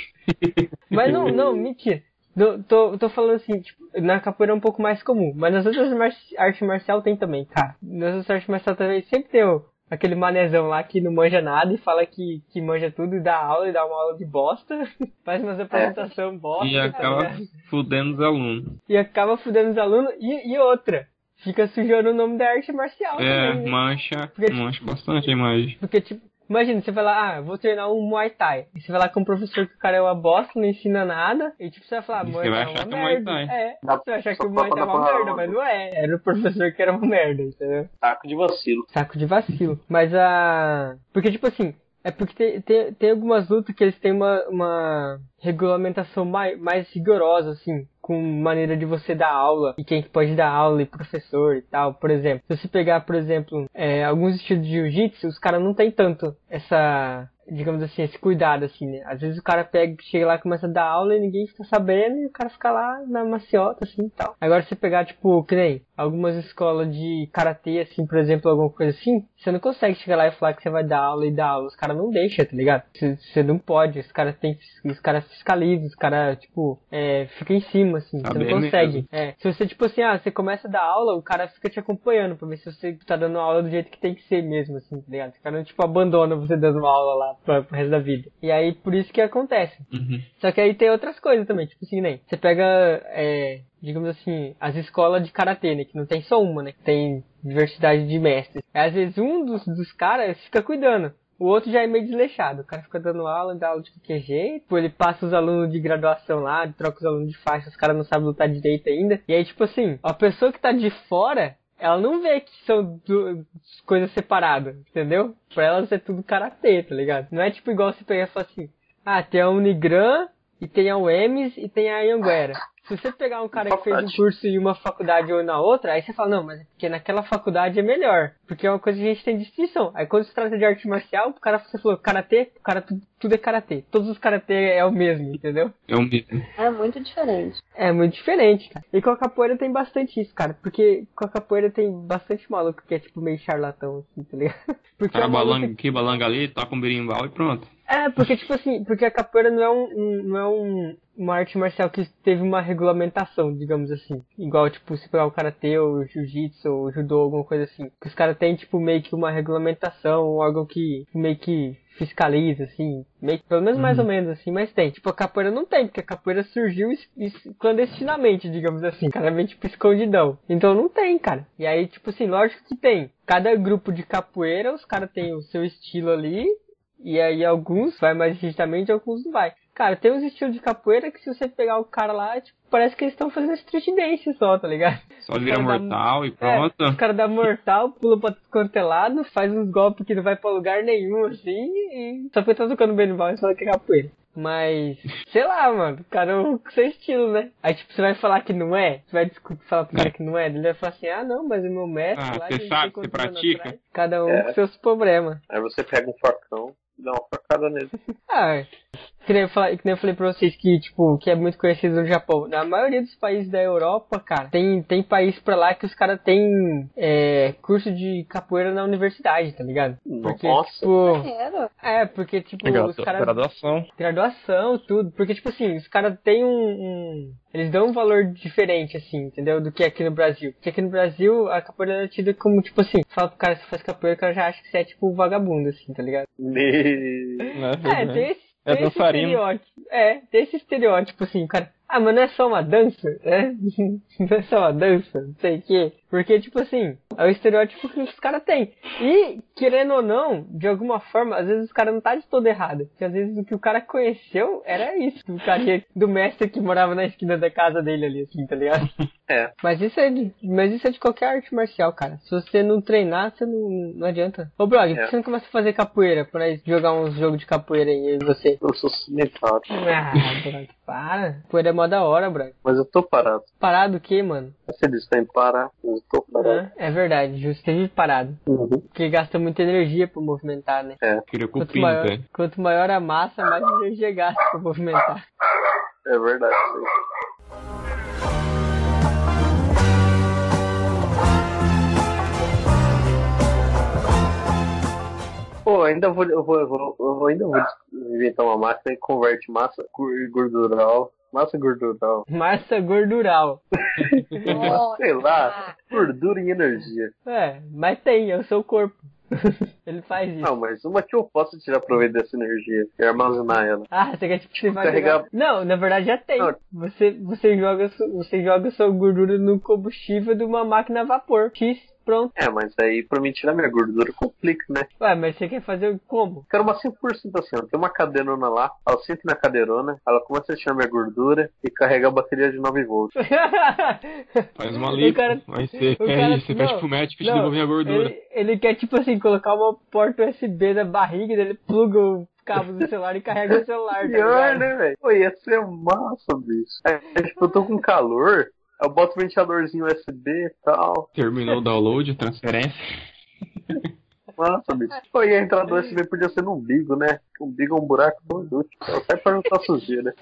Mas não, não, mentira. Não, tô, tô falando assim, tipo, na capoeira é um pouco mais comum, mas nas outras mar artes marcial tem também, cara. Nas outras artes marcial também sempre tem o, aquele manezão lá que não manja nada e fala que, que manja tudo e dá aula e dá uma aula de bosta, faz umas apresentação bosta.
E
tá
acaba
ligado?
fudendo os alunos.
e acaba fudendo os alunos e, e outra. Fica sujando o nome da arte marcial
É,
também, né?
mancha,
Porque-
mancha bastante a imagem.
Porque, tipo, imagina, você vai lá, ah, vou treinar um Muay Thai. E você vai lá com um professor que o cara é uma bosta, não ensina nada. E, tipo, você vai falar,
E
Muay
você vai
Thai
achar
é uma
que é Muay
merda.
Thai.
É,
Dá-
você vai achar que
só
o Muay Thai
pra
é uma
dar
merda,
uma-
mas não é. Era o professor que era uma merda, entendeu?
Saco de vacilo.
Saco de vacilo. Mas a. Porque, tipo assim. É porque tem, tem, tem algumas lutas que eles têm uma, uma regulamentação mais, mais rigorosa, assim, com maneira de você dar aula e quem que pode dar aula e professor e tal. Por exemplo, se você pegar, por exemplo, é, alguns estilos de jiu-jitsu, os caras não tem tanto essa, digamos assim, esse cuidado, assim, né? Às vezes o cara pega, chega lá, começa a dar aula e ninguém fica sabendo e o cara fica lá na maciota, assim, e tal. Agora, se você pegar, tipo, que nem algumas escolas de karatê, assim, por exemplo, alguma coisa assim, você não consegue chegar lá e falar que você vai dar aula e dar aula. Os caras não deixam, tá ligado? Você você não pode. Os caras tem, os caras fiscalizam, os caras, tipo, é, fica em cima, assim.
Tá
você
bem
não consegue.
mesmo.
É, se você, tipo assim, ah, você começa a dar aula, o cara fica te acompanhando pra ver se você tá dando aula do jeito que tem que ser mesmo, assim, tá ligado? O cara não, tipo, abandona você dando uma aula lá pra, pro resto da vida. E aí, por isso que acontece.
Uhum.
Só que aí tem outras coisas também, tipo assim, nem. Você pega, é, digamos assim, as escolas de karatê, né? Que não tem só uma, né? Tem diversidade de mestres. Aí, às vezes um dos, dos caras fica cuidando. O outro já é meio desleixado. O cara fica dando aula, dá aula de qualquer jeito. Pô, ele passa os alunos de graduação lá, troca os alunos de faixa, os caras não sabem lutar direito ainda. E aí, tipo assim, a pessoa que tá de fora, ela não vê que são du- coisas separadas, entendeu? Pra elas é tudo karatê, tá ligado? Não é tipo igual você pegar e falar assim, ah, tem a Unigran, e tem a UEMS, e tem a Anhanguera. Se você pegar um cara que fez um
Faculdade.
curso em uma faculdade ou na outra, aí você fala, não, mas é porque naquela faculdade é melhor. Porque é uma coisa que a gente tem distinção. Aí quando se trata de arte marcial, o cara você falou, karatê, o cara tu- tudo é karatê. Todos os karatê é o mesmo, entendeu?
É um mesmo.
É muito diferente.
É muito diferente, cara. E com a capoeira tem bastante isso, cara. Porque com a capoeira tem bastante maluco que é tipo meio charlatão, assim, tá ligado? Porque
Cara
é um maluco
balanga aqui, balanga ali, toca um berimbau e pronto.
é, porque tipo assim, porque a capoeira não é um, um- não é um, uma arte marcial que teve uma regulamentação, digamos assim. Igual, tipo, se pegar o karatê ou o jiu-jitsu ou o judô, alguma coisa assim. Que os caras têm, tipo, meio que uma regulamentação, um órgão que meio que fiscaliza, assim. Meio que, pelo menos mais ou menos assim, mas tem. Tipo, a capoeira não tem, porque a capoeira surgiu es- es- clandestinamente, digamos assim. Cara, meio tipo escondidão. Então não tem, cara. E aí, tipo assim, lógico que tem. Cada grupo de capoeira, os caras têm o seu estilo ali, e aí alguns vai mais rigidamente, alguns não vai. Cara, tem uns estilos de capoeira que se você pegar o cara lá, tipo, parece que eles estão fazendo street dance só, tá ligado?
Só vira
Cara, dá-
mortal e
É,
pronto.
os caras dá mortal, pula pra descontelado, faz uns golpes que não vai pra lugar nenhum, assim, e só porque tá tocando berimbau e fala que é capoeira. Mas, sei lá, mano, cada um com seu estilo, né? Aí, tipo, você vai falar que não é, você vai discutir, falar pro cara que não é, ele vai falar assim, ah, não, mas o meu mestre
Ah,
lá...
você
de não sei
sabe, você
quantos anos
pratica?
atrás." Cada um
É.
com seus problemas.
Aí você pega um facão e dá uma facada nele.
Ah, que nem, eu falei, que nem eu falei pra vocês que, tipo, que é muito conhecido no Japão. Na maioria dos países da Europa, cara, tem, tem país pra lá que os caras têm é, curso de capoeira na universidade, tá ligado? Porque,
Nossa.
tipo...
Maneiro.
É, porque, tipo, os caras
Graduação.
graduação, tudo. Porque, tipo assim, os caras têm um, um- Eles dão um valor diferente, assim, entendeu? Do que aqui no Brasil. Porque aqui no Brasil, a capoeira é tida como, tipo assim, fala pro cara que faz capoeira, o cara já acha que você é, tipo, vagabundo, assim, tá ligado?
Me...
É, tem esse,
É
tem esse
dançarino.
estereótipo. É, tem esse estereótipo, assim, o cara. Ah, mas não é só uma dança, né? Não é só uma dança, não sei o quê. Porque, tipo assim, é o estereótipo que os caras têm. E, querendo ou não, de alguma forma, às vezes os caras não tá de todo errado. Porque às vezes o que o cara conheceu era isso. Do cara do mestre que morava na esquina da casa dele ali, assim, tá ligado?
É.
Mas isso é de, mas isso é de qualquer arte marcial, cara. Se você não treinar, você não, não adianta. Ô, Brog, por
É.
que você não começa a fazer capoeira pra nós jogar uns jogos de capoeira aí, eu e você?
Eu sou cimentado.
Ah, Brog, para. Capoeira é mó da hora, Braga.
Mas eu tô parado.
Parado o quê, mano?
Você disse tá tem que parar, eu tô parado.
É, verdade, justo. Você vive parado.
Uhum.
Porque gasta muita energia pra movimentar, né?
Queria com o
Quanto
pinto,
maior,
é.
quanto maior a massa, mais energia gasta pra movimentar.
É verdade. isso aí. Pô, ainda vou, eu vou, eu vou, eu vou- ainda vou inventar uma máquina que converte massa gur- gordural. Massa gordural.
Massa gordural.
Nossa.
Sei lá, gordura em energia.
É, mas tem, é o seu corpo. Ele faz isso.
Não, mas uma que eu posso tirar proveito dessa energia e armazenar ela.
Ah, você quer tipo, você vai
carregar-
jogar- Não, na verdade já tem.
Não.
Você, você, joga, su- você joga sua gordura no combustível de uma máquina a vapor. X, pronto.
É, mas aí pra mim tirar minha gordura complica, né?
Ué, mas você quer fazer como?
Quero uma 100% assim, ó. Tem uma cadeirona lá, ela senta na cadeirona, ela começa a tirar minha gordura e carregar a bateria de 9 volts.
Faz uma
O
lipo.
cara-
Aí você
o
quer
cara-
isso, você
não,
pede pro médico e te
não,
devolver a gordura.
Ele, ele quer, tipo assim, colocar uma porta USB na barriga dele, pluga o cabo do celular e carrega o celular. tá
Pior,
ligado?
né, velho? Pô, ia ser massa, bicho. É, é, tipo, eu tô com calor, eu boto o ventiladorzinho USB e tal.
Terminou o download, a transferência.
Massa, bicho. Pô, e a entrada do USB podia ser no umbigo, né? O umbigo é um buraco todo útil. Só sai pra não tá sujeira.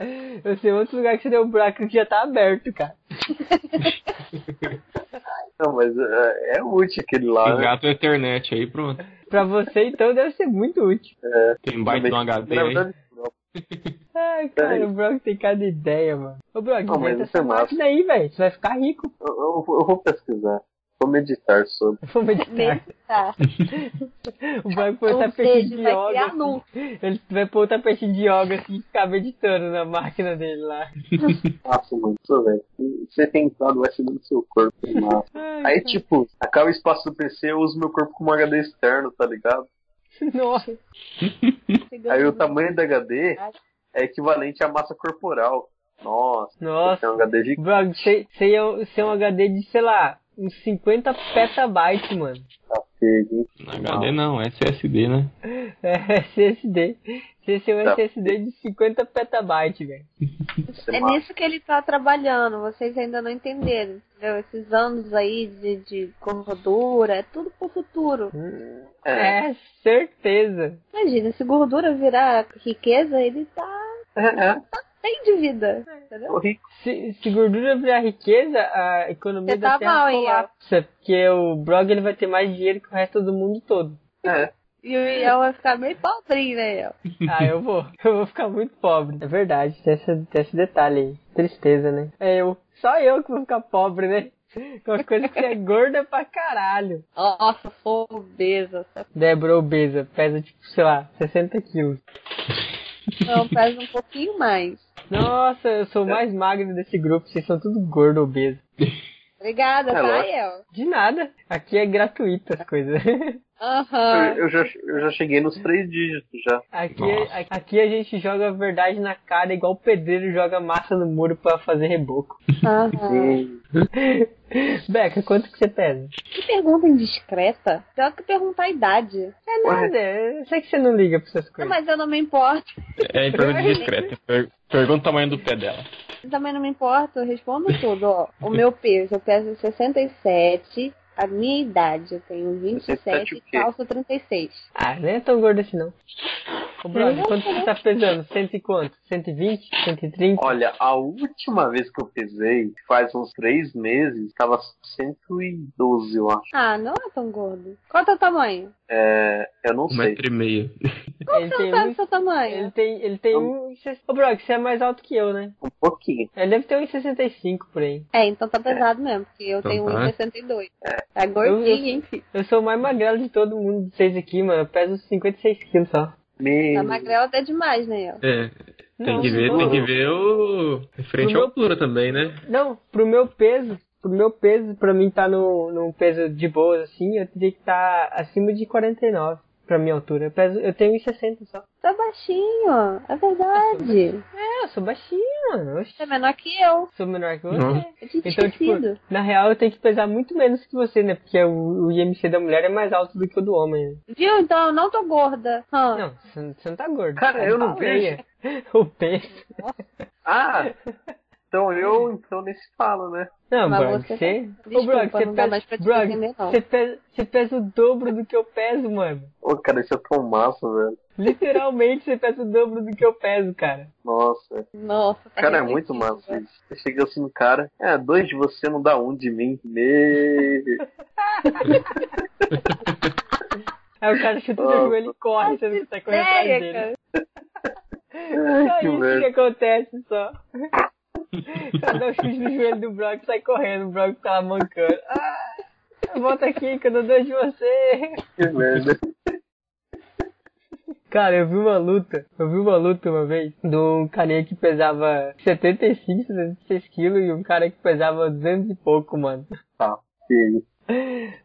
Eu sei outro lugar que você deu um buraco que já tá aberto, cara.
Não, mas é, é útil aquele lá, né?
Engato a é internet aí, pronto.
Pra você, então, deve ser muito útil.
É.
Tem byte no HD
Na
aí.
verdade,
Ai,
Peraí.
cara, o Brock tem cada ideia, mano. Ô, Brock,
Não, mas
inventa
isso é
essa
massa.
máquina aí, velho. Você vai ficar rico.
eu, eu- eu vou pesquisar. Vou meditar sobre.
Vou meditar.
Meditar.
O Brock põe o
Ou
tapete de
seja, vai
yoga.
criar
assim.
nu.
Ele vai pôr o tapete de yoga assim e ficar meditando na máquina dele lá.
Massa, mano. Isso, velho. Você tem entrado o USB no seu corpo. Massa.
Ai,
Aí,
cara.
tipo, acaba o espaço do PC, eu uso meu corpo como HD externo, tá ligado?
Nossa.
Aí
Uhum.
o tamanho do HD é equivalente à massa corporal. Nossa,
Nossa.
é um HD gigante.
Brog, você você é, um- você é um HD de, sei lá, uns 50 petabytes, mano.
hein?
Não, HD não, SSD, né?
É SSD. Você é um
Tá.
SSD de 50 petabytes, velho.
Isso
É
é massa.
nisso que ele tá trabalhando, vocês ainda não entenderam. entendeu? Esses anos aí de, de gordura, é tudo pro futuro.
É,
É, certeza.
Imagina, se gordura virar riqueza, ele tá
é, é.
bem de vida.
Tô
Entendeu?
rico.
Se, se gordura virar riqueza, a economia
Você
da
tá
Terra
mal, hein,
colapsa. Porque o Brog ele vai ter mais dinheiro que o resto do mundo todo.
É.
E o Iel vai ficar meio pobrinho, né, Iel?
Ah, eu vou. Eu vou ficar muito pobre. É verdade, tem esse, tem esse detalhe aí. Tristeza, né? É eu. Só eu que vou ficar pobre, né? Com as coisas que você é gorda pra caralho.
Nossa, sou obesa.
Débora obesa, pesa tipo, sei lá, 60 quilos.
Não, pesa um pouquinho mais.
Nossa, eu sou o mais magro desse grupo, vocês são tudo gordo obeso.
Obrigada,
É
tá,
lógico.
Iel?
De nada, aqui é gratuito as coisas.
Aham.
Eu, eu já, eu já cheguei nos três dígitos já.
Aqui,
Nossa.
a- aqui a gente joga a verdade na cara, igual o pedreiro joga massa no muro pra fazer reboco.
É,
Aham.
Beca, quanto que você pesa?
Que pergunta indiscreta. Pior que perguntar a idade.
É nada, eu sei que você não liga pra essas
Não,
coisas.
mas eu não me importo.
É pergunta discreta. Per- Pergunta o tamanho do pé dela.
Eu Também não me importo, eu respondo tudo, ó. O meu peso, eu peso 67, a minha idade, eu tenho
67
27
o
e
quê?
calço 36.
Ah, nem é tão gordo assim não. Ô, brother,
Não,
quanto você tá pesando? Cento e quanto? 120? 130?
Olha, a última vez que eu pesei, faz uns três meses, tava 112, eu acho.
Ah, não é tão gordo. Qual é o teu tamanho?
É, eu não
Um
sei.
metro e meio.
Ele
Você
tem
não sabe
um...
o seu
Ele
tamanho.
tem, ele tem um... Ô, Brock, você é mais alto que eu, né?
Um pouquinho.
Ele deve ter uns 65 por aí.
É, então tá pesado mesmo, porque eu
Então
tenho
tá.
1,62.
É.
Tá gordinho, hein, filho?
Eu sou o mais magrelo de todo mundo de vocês aqui, mano. Eu peso 56 quilos só.
Meio.
Tá magrelo até demais, né? ó.
É, tem
Não,
que ver,
não.
tem que ver o. Referente à
Pro meu-
altura também, né?
Não, pro meu peso, pro meu peso, pra mim tá no, num peso de boas, assim, eu teria que estar acima de 49 pra minha altura. Eu, peso, eu tenho 1,60 só.
Tá baixinho, ó. é verdade.
É, eu sou baixinho, mano. Oxi,
Você é menor que eu. É
sou menor que você.
Não.
Eu tinha
Então, tipo,
esquecido.
na real eu tenho que pesar muito menos que você, né? Porque o, o IMC da mulher é mais alto do que o do homem. Né?
Viu? Então eu não tô gorda. Hã?
Não, tá você não- você não tá gordo.
Cara, eu não
baleia. O peso.
Ah! Então eu, então, nem se fala, né?
Não,
Mas
Brog,
você- tá-
você.
Desculpa,
Ô, Brog, você
não dá
pesa.
mais pra te
Brog,
defender, não.
Você pesa, você pesa o dobro do que eu peso, mano.
Ô, cara, isso é tão massa, velho.
Literalmente, você pesa o dobro do que eu peso, cara.
Nossa.
Nossa,
O
tá
cara é
refletindo,
muito massa
né?
isso. Chega assim no cara, é, dois de você não dá um de mim. Meu.
Aí o cara chuta o
Nossa.
seu joelho e corre, você não tá correndo atrás
Sério,
dele.
cara?
Só
que
isso
merda.
que acontece, só. Só dá um chute no joelho do Brock, sai correndo, o Brock tá lá mancando. Ah, volta aqui que eu dou dois de você.
Que merda.
Cara, eu vi uma luta, eu vi uma luta uma vez, de um carinha que pesava 75, 76 quilos e um cara que pesava 200 e pouco, mano.
Tá, filho.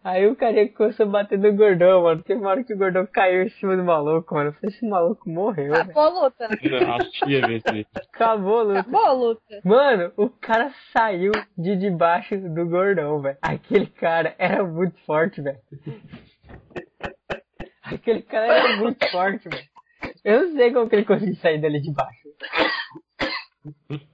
Aí o carinha começou a bater no gordão, mano. Teve uma hora que o gordão caiu em cima do maluco, mano. Eu falei, esse maluco morreu, velho.
Acabou a luta, né?
Achei, velho.
Acabou a luta.
Acabou a luta.
Mano, o cara saiu de debaixo do gordão, velho. Aquele cara era muito forte, velho. Aquele cara era muito forte, velho. Eu não sei como que ele conseguiu sair dali de baixo.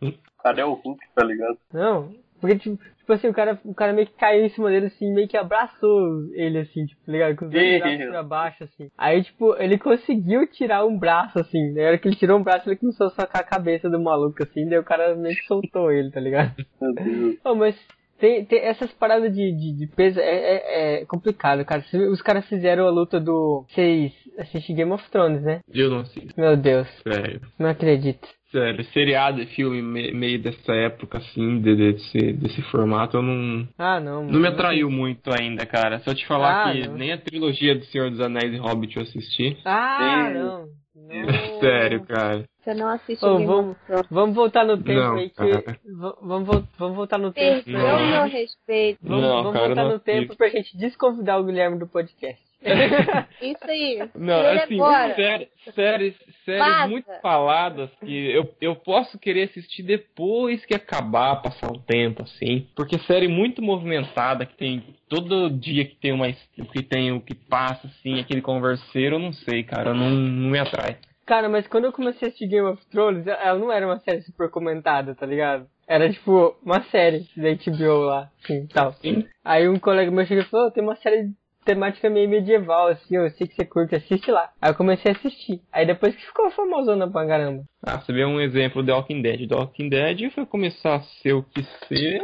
O cara é o Hulk, tá ligado?
Não, porque tipo, tipo assim, o cara, o cara meio que caiu em cima dele, assim, meio que abraçou ele, assim, tipo, tá ligado? Com os dois
Ih.
braços pra baixo, assim. Aí, tipo, ele conseguiu tirar um braço, assim. Na hora que ele tirou um braço, ele começou a socar a cabeça do maluco, assim, daí o cara meio que soltou ele, tá ligado?
Meu Deus.
Não, mas tem, tem essas paradas de, de, de peso é, é, é complicado, cara. Se- Os caras fizeram a luta do. Vocês assistem Game of Thrones, né?
Eu não assisto,
Meu Deus,
sério.
não acredito.
Sério, seriado e filme me- meio dessa época, assim, de- de- desse, desse formato, eu não.
Ah, não.
Não me
mano.
atraiu muito ainda, cara. Só te falar
Ah,
que
não.
nem a trilogia do Senhor dos Anéis e Hobbit eu assisti.
Ah,
Sim.
não. Não.
Sério, cara.
Você não assiste
Ô,
Game
vamos-
of Thrones.
Vamos voltar no tempo
Não,
aí que.
cara.
va- Vamos, vol- vamos voltar no tempo.
Perdeu
Não.
meu respeito.
Vamos,
Não,
vamos
cara,
voltar
não
no tempo
assisto.
pra gente desconvidar o Guilherme do podcast.
Isso aí.
Não,
Ele
assim,
agora.
séries, séries, séries
Vaza.
muito faladas que eu, eu posso querer assistir depois que acabar, passar um tempo, assim. Porque série muito movimentada, que tem todo dia que tem uma es- que tem o que passa, assim, aquele converseiro, eu não sei, cara, não, não me atrai.
Cara, mas quando eu comecei a assistir Game of Thrones, ela- ela não era uma série super comentada, tá ligado? Era tipo uma série da HBO lá, assim, tal.
Sim.
Aí um colega meu chegou e falou, "Ô, tem uma série temática meio medieval, assim, eu sei que você curte, assiste lá. Aí eu comecei a assistir. Aí depois que ficou famosona pra caramba.
Ah, você vê um exemplo do Walking Dead. The Walking Dead foi começar a ser o que ser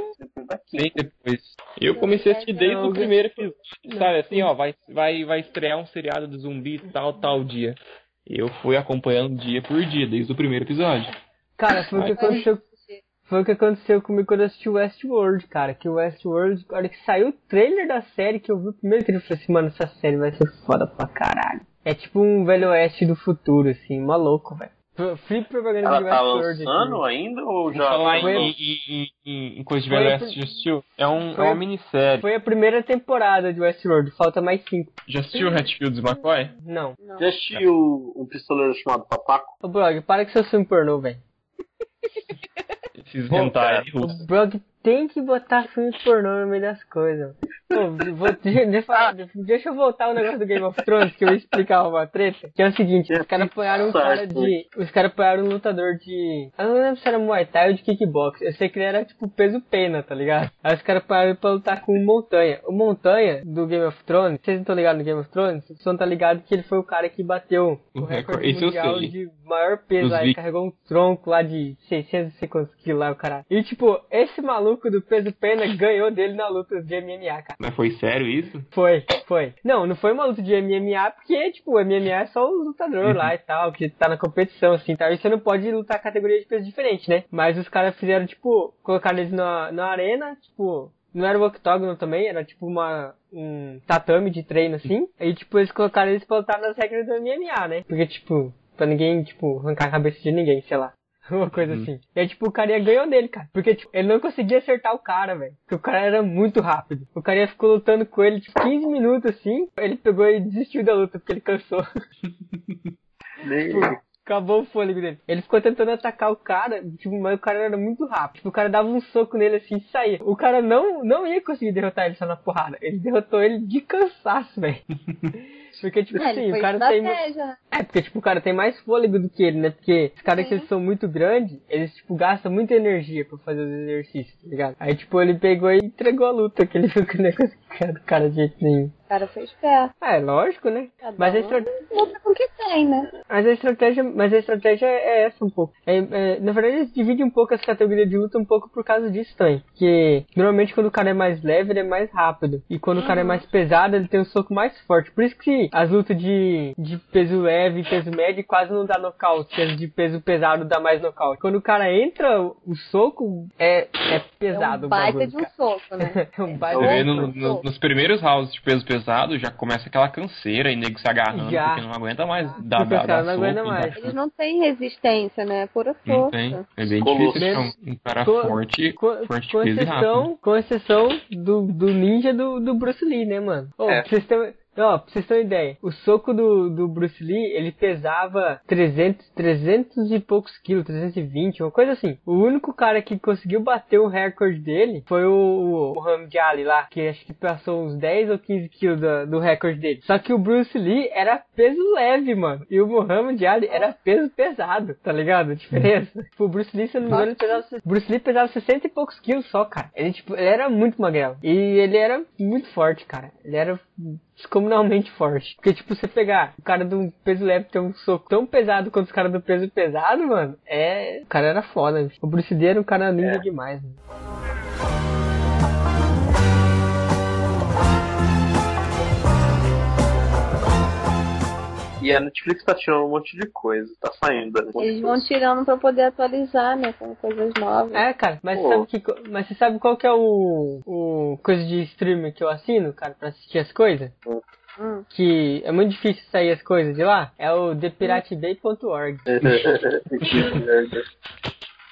bem depois. Eu comecei a assistir desde o primeiro episódio, sabe? Assim, ó, vai, vai, vai estrear um seriado de zumbi tal, tal dia. Eu fui acompanhando dia por dia, desde o primeiro episódio.
Cara, foi o que
Aí-
aconteceu Foi o que aconteceu comigo quando eu assisti Westworld, cara. Que o Westworld, na hora que saiu o trailer da série, que eu vi o primeiro trailer, eu falei assim, mano, essa série vai ser foda pra caralho. É tipo um velho oeste do futuro, assim, maluco, velho. Pro- Free propaganda
Ela
É um de
tá
Westworld.
lançando
aqui.
ainda ou
Vou
já? tá
falar
foi-
em, em, em, em coisa de
foi-
Velho Oeste, já assistiu? É, um,
foi-
é uma minissérie.
Foi a primeira temporada de Westworld, falta mais cinco.
Já assistiu Hatfield e McCoy?
Não.
Já assistiu um pistoleiro chamado Papaco?
Ô, Brog, para com seu filme pornô, velho.
Esses
Bom,
hentai
cara,
O
russos.
Brog tem que botar filme pornô no meio das coisas. Pô, vou, deixa, eu falar- deixa eu voltar ao negócio do Game of Thrones, que eu ia explicar uma treta. Que é o seguinte, os caras apanharam um cara de. Os caras apanharam um lutador de. Eu não lembro se era Muay Thai ou de kickbox. Eu sei que ele era tipo peso pena, tá ligado? Aí os caras apanharam ele pra lutar com o Montanha. O Montanha do Game of Thrones, vocês não estão ligados no Game of Thrones? Vocês não estão ligados que ele foi o cara que bateu o,
O recorde.
recorde
Esse eu
mundial
sei.
de maior peso
Dos
lá. Ele
Vikings.
carregou um tronco lá de 600 e sei quantos quilos lá, o cara. E tipo, esse maluco do peso pena ganhou dele na luta de MMA, cara.
Mas foi sério isso?
Foi, foi. Não, não foi uma luta de MMA, porque, tipo, o MMA é só o lutador lá e tal, que tá na competição, assim, tal. E você não pode lutar categoria de peso diferente, né? Mas os caras fizeram, tipo, colocaram eles na, na arena, tipo, não era o octógono também, era tipo uma. um tatame de treino, assim. E, tipo, eles colocaram eles pra lutar nas regras do MMA, né? Porque, tipo, pra ninguém, tipo, arrancar a cabeça de ninguém, sei lá. Uma coisa
Uhum.
assim. E aí, tipo, o cara ganhou dele, cara. Porque, tipo, ele não conseguia acertar o cara, velho. Porque o cara era muito rápido. O cara ficou lutando com ele, tipo, 15 minutos, assim. Ele pegou e desistiu da luta, porque ele cansou.
Nem...
Acabou o fôlego dele. Ele ficou tentando atacar o cara, tipo, mas o cara era muito rápido. Tipo, o cara dava um soco nele assim e saía. O cara não, não ia conseguir derrotar ele só na porrada. Ele derrotou ele de cansaço, velho. Porque, tipo
É, ele
assim,
foi
o cara tem. mu-
estratégia, né?
É, porque, tipo, o cara tem mais fôlego do que ele, né? Porque os caras que
Sim.
eles são muito grandes, eles, tipo, gastam muita energia pra fazer os exercícios, tá ligado? Aí, tipo, ele pegou e entregou a luta, que ele viu que o negócio cara do cara de jeito nenhum.
O cara foi esperto.
Ah, é lógico, né?
Cada
Mas a,
um
estra-
luta com o que tem, né?
mas a estratégia, mas a estratégia é essa um pouco. É, é, na verdade, eles dividem um pouco as categorias de luta um pouco por causa disso também. Porque normalmente quando o cara é mais leve, ele é mais rápido. E quando o cara é
Uhum.
mais pesado, ele tem um soco mais forte. Por isso que as lutas de, de peso leve e peso médio quase não dá nocaute. porque As de peso pesado dá mais nocaute. Quando o cara entra, o soco é, é pesado.
é um
o
baita
bagulho,
de um
cara.
soco, né?
É um baita
Você
de
vê
um
no-
soco.
no- nos primeiros rounds de peso pesado, já começa aquela canseira e nego se agarrando,
Já.
porque não aguenta mais dar
Porque
da,
o cara
da
não
soco,
aguenta
da-
mais.
Eles não têm resistência, né? É Pura
Não
força.
tem. É bem
Colosso.
difícil achar um, um cara
Co-
forte,
Co-
forte
com
peso e rápido.
exceção, com exceção do, do ninja do, do Bruce Lee, né, mano? Ô,
É.
pra vocês terem, ó, pra vocês terem uma ideia, o soco do, do Bruce Lee, ele pesava 300, 300 e poucos quilos, 320, uma coisa assim. O único cara que conseguiu bater o recorde dele foi o, o Muhammad Ali lá, que acho que passou uns 10 ou 15 quilos do, do recorde dele. Só que o Bruce Lee era peso leve, mano, e o Muhammad Ali era peso pesado, tá ligado? A diferença. Tipo, o Bruce Lee, se eu não me engano, ele pesava Bruce Lee pesava 60 e poucos quilos só, cara. Ele, tipo, ele era muito magrelo. E ele era muito forte, cara. Ele era descomunalmente forte. Porque, tipo, você pegar o cara do peso leve ter um soco tão pesado quanto os caras do peso pesado, mano, é... O cara era foda, bicho. O Bruce Lee era um cara lindo demais, mano.
E a Netflix tá tirando um monte de coisa, tá saindo. né? Um monte de
Eles vão
coisa.
tirando pra poder atualizar, né? Com coisas novas.
É, cara, mas,
Pô.
sabe que, co- mas você sabe qual que é o, o coisa de streamer que eu assino, cara, pra assistir as coisas?
Hum.
Que é muito difícil sair as coisas de lá? É o thepiratebay.org.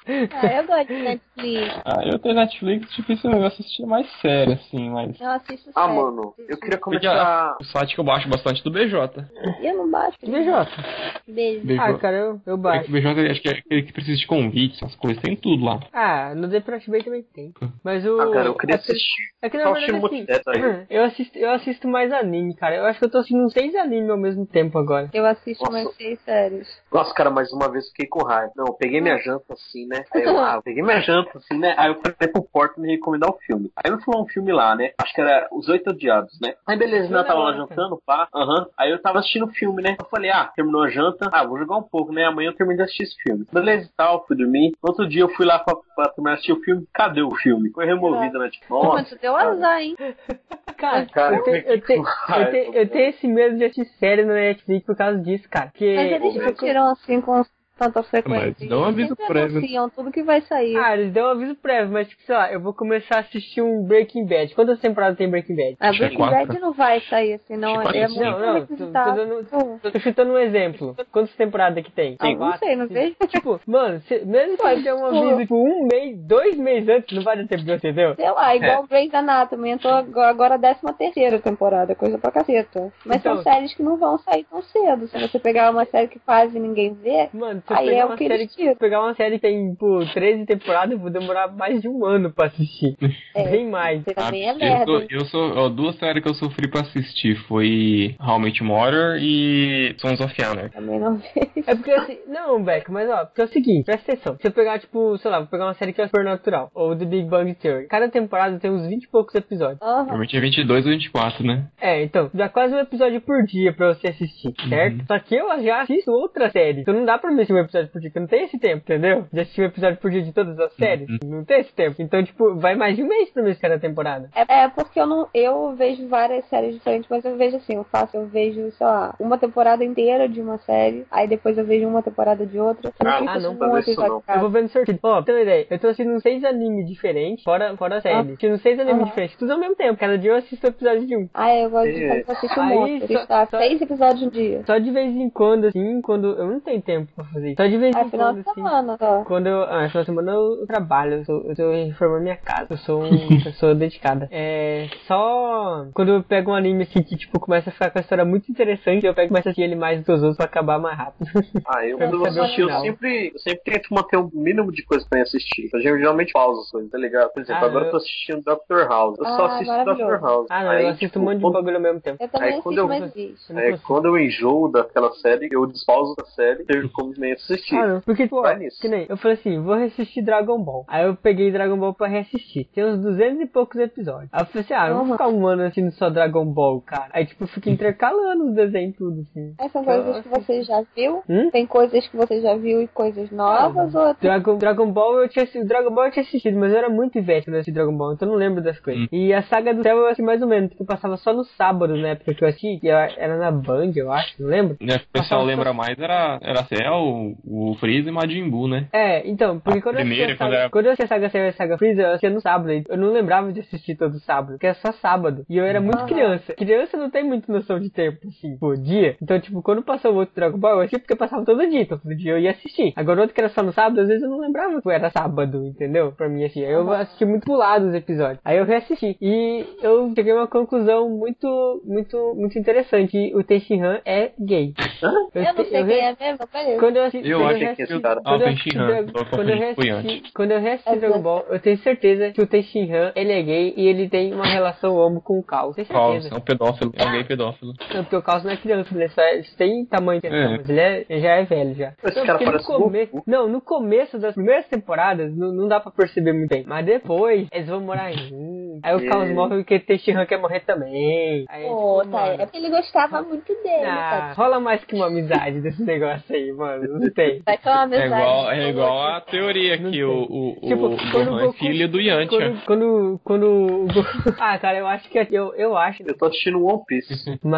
Hum.
Ah, eu gosto de Netflix.
Ah, eu tenho Netflix, difícil eu assistir mais sério, assim, mas.
Eu assisto
ah,
série.
mano, eu queria
Porque
começar.
O site que eu baixo bastante é do BJ.
E eu não baixo.
BJ.
Beijo.
BJ.
Ah, cara, eu, eu
É que
baixo.
o BJ acho que é aquele que precisa de convite, essas coisas, tem tudo lá.
Ah, no The Pirate Bay também tem. Mas o.
Ah, cara, eu queria
é que-
assistir.
É que na
Só assistindo um
verdade,
monte
assim,
de dessa aí.
eu, assisto, eu assisto mais anime, cara. Eu acho que eu tô assistindo uns seis animes ao mesmo tempo agora.
Eu assisto
Nossa.
mais seis séries.
Nossa, cara, mais uma vez fiquei com raiva. Não, eu peguei minha janta assim, né? Aí eu, ah, eu peguei minha janta assim, né? Aí eu falei pro Porto me recomendar um filme. Aí eu falou um filme lá, né? Acho que era Os Oito Odiados, né? Aí beleza, né? Eu tava lá jantando, pá. Aham. Aí eu tava assistindo o filme, né? Eu falei, ah, terminou a janta. Ah, vou jogar um pouco, né? Amanhã eu termino de assistir esse filme. Beleza e tal, fui dormir. Outro dia eu fui lá pra, pra terminar de assistir o filme. Cadê o filme? Foi removido, né? Tipo,
Mas
nossa.
tu deu azar, hein?
Ah, Cara,
Cara,
eu, tenho,
eu
eu, tenho,
fiquei com
eu, tenho,
raiva,
eu tenho esse medo de assistir série no Netflix por causa disso, cara. Porque.
Mas eles não tiram assim com tanta frequência.
Mas dá um aviso
Eles
prévio.
anunciam tudo que vai sair.
Ah, eles dão um aviso prévio, mas tipo, sei lá, eu vou começar a assistir um Breaking Bad. Quantas temporadas tem Breaking Bad?
a
acho que é
Breaking
quatro.
Bad não vai sair, senão
Acho que é
é
quatro, sim.
muito
Não, não, tô, tô
requisitado.
dando, tô, tô chutando um exemplo. Quantas temporadas que tem?
Ah, não sei, não vejo.
Tipo, mano, se, mesmo que der um aviso, tipo, um mês, dois meses antes, não vai dar tempo, entendeu?
Sei lá, igual o Grey's Anatomy, entrou agora agora a décima terceira temporada, coisa pra caceta. Mas
Então-
são séries que não vão sair tão cedo. Se você pegar uma série que quase ninguém vê,
Mano, se eu
aí
pegar,
é o
uma
que
série,
eles
se
tiram.
eu pegar uma série que tem, pô, 13 temporadas, eu vou demorar mais de um ano pra assistir. Bem mais.
Você também é
Ah, eu,
merda.
sou-
hein?
eu sou. ó, duas séries que eu sofri pra assistir foi How I Met Your Mother e Sons of Honor.
Também não vejo.
É porque assim, não, Beck, mas ó, porque é o seguinte, presta atenção. Se eu pegar, tipo, sei lá, vou pegar uma série que é Supernatural, ou The Big Bang Theory, cada temporada tem uns 20 e poucos episódios.
Aham.
Normalmente é 22 ou 24, né?
É, então, dá quase um episódio por dia pra você assistir, certo? Só que eu já assisto outra série. Então não dá pra mim assistir um episódio por dia, porque eu não tenho esse tempo, entendeu? De assistir um episódio por dia de todas as séries. Não tem esse tempo. Então, tipo, vai mais de um mês pra mim assistir cada temporada.
É, é porque eu não eu vejo várias séries diferentes, mas eu vejo assim, eu faço, eu vejo, sei lá, uma temporada inteira de uma série, aí depois eu vejo uma temporada de outra. Eu
Ah,
fico
ah, não
assistindo
fazer
um
isso
episódio
não.
de cada.
Eu vou vendo sortido. Ó, pra ter uma ideia, eu tô assistindo uns seis animes diferentes, fora, fora a série. Assistindo seis animes
Aham.
diferentes, tudo ao mesmo tempo. Cada dia eu assisto um episódio de um.
Ah, eu gosto de
É.
fazer assistir um
Aí,
monte.
só-
Está
só-
seis episódios no dia.
Só de vez em quando, assim, quando eu não tenho tempo pra fazer fazer. Só de vez
É
em
final
quando,
de
assim.
semana só.
Quando eu. Ah, essa semana eu trabalho, eu tô, eu tô reformando minha casa. Eu sou uma pessoa dedicada. É. Só. Quando eu pego um anime assim que, tipo, começa a ficar com a história muito interessante, eu pego e começo a assistir ele mais dos outros pra acabar mais rápido.
Ah, eu
Pra
quando eu
saber o
assisti, eu
final.
sempre, eu sempre tento manter o mínimo de coisa pra eu assistir. Eu geralmente pauso as coisas, tá ligado? Por exemplo,
Ah,
agora
eu-
eu tô assistindo Dr. House. Eu só
Ah,
assisto
maravilhoso.
Dr. House.
ah, não,
Aí,
eu assisto
tipo,
um monte de
quando-
bagulho ao mesmo tempo.
Eu também
Aí, quando
assisto,
eu-
mas existe.
Eu não
É,
consigo.
quando eu enjoo daquela série, eu despauso da série e como nem assistir.
Ah, não. Porque, pô,
Vai Tá nisso.
que nem, eu falei assim, vou reassistir Dragon Ball. Aí eu peguei Dragon Ball pra reassistir. Tem uns 200 e poucos episódios. Aí eu falei assim, ah, eu vou
Uhum.
ficar um ano assistindo só Dragon Ball, cara. Aí, tipo, eu fico intercalando os desenhos tudo, assim.
Aí são coisas que você já viu.
Hum? Ah.
Tem coisas que você já viu e coisas novas, ou
Dragon, Dragon Ball eu tinha assistido, Dragon Ball eu tinha assistido, mas eu era muito velho quando eu assisti Dragon Ball, então eu não lembro das coisas.
Hum.
E a saga do céu eu assisti mais ou menos, porque eu passava só no sábado na época que eu assisti, que era era na Band, eu acho, não lembro.
Né, o
Passava
pessoal
só-
lembra mais era, era Cell, o Freeza e Majin Buu, né?
É, então, porque
A
quando, eu
primeira,
assistia a
quando
saga,
era-
quando eu assistia a saga Cell e a saga Freezer, eu assistia no sábado. e Eu não lembrava de assistir todo sábado, porque era só sábado. E eu era muito
Aham.
criança. Criança não tem muita noção de tempo, assim, por dia. Então, tipo, quando passou o outro Dragon Ball, eu assistia porque eu passava todo dia. Então, todo dia eu ia assistir. Agora, o outro que era só no sábado, às vezes eu não lembrava que era sábado, entendeu? Pra mim, assim. Aí eu assisti muito pulado os episódios. Aí eu reassisti. E eu cheguei a uma conclusão muito, muito, muito interessante. que O Tenshinhan é gay.
eu não
te-
sei
re-
quem é mesmo, beleza.
quando eu assisti,
Eu
quando
acho
que
reassisti-
esse cara-
quando eu
Ah, o
assisti
Tenshinhan.
Dra-
Tô
Quando eu
confundindo, foi
reassisti,
antes.
quando eu reassisti
É
Dragon
verdade.
Ball, eu tenho certeza que o Tenshinhan, ele é gay e ele tem uma relação homo com o Caos. Tenho
Caos,
certeza. Ah,
é um pedófilo, é um gay pedófilo.
Não, porque o Caos não é criança, né? Só é- isso tem tamanho de criança,
É.
mas ele, é- ele já é velho já.
Esse
não,
cara
porque no
parece
come-
Goku.
Não, no começo das primeiras temporadas, não, não dá pra perceber muito bem. Mas depois, eles vão morar juntos. Aí o
É.
Caos morre porque o Tenshinhan quer morrer também. Aí,
Pô,
tipo,
tá,
mano,
é porque ele gostava muito dele,
ah,
tá?
rola mais que uma amizade desse negócio aí, mano. Não tem.
Vai que é uma
É
amizade.
igual, é igual a teoria
Não
que
sei.
o, o, o,
Tipo,
o
quando
Gohan
o
é
Goku-
filho do Yantia.
Quando, quando, quando o Goku... Ah, cara, eu acho que... Eu, eu acho,
Eu tô assistindo One Piece.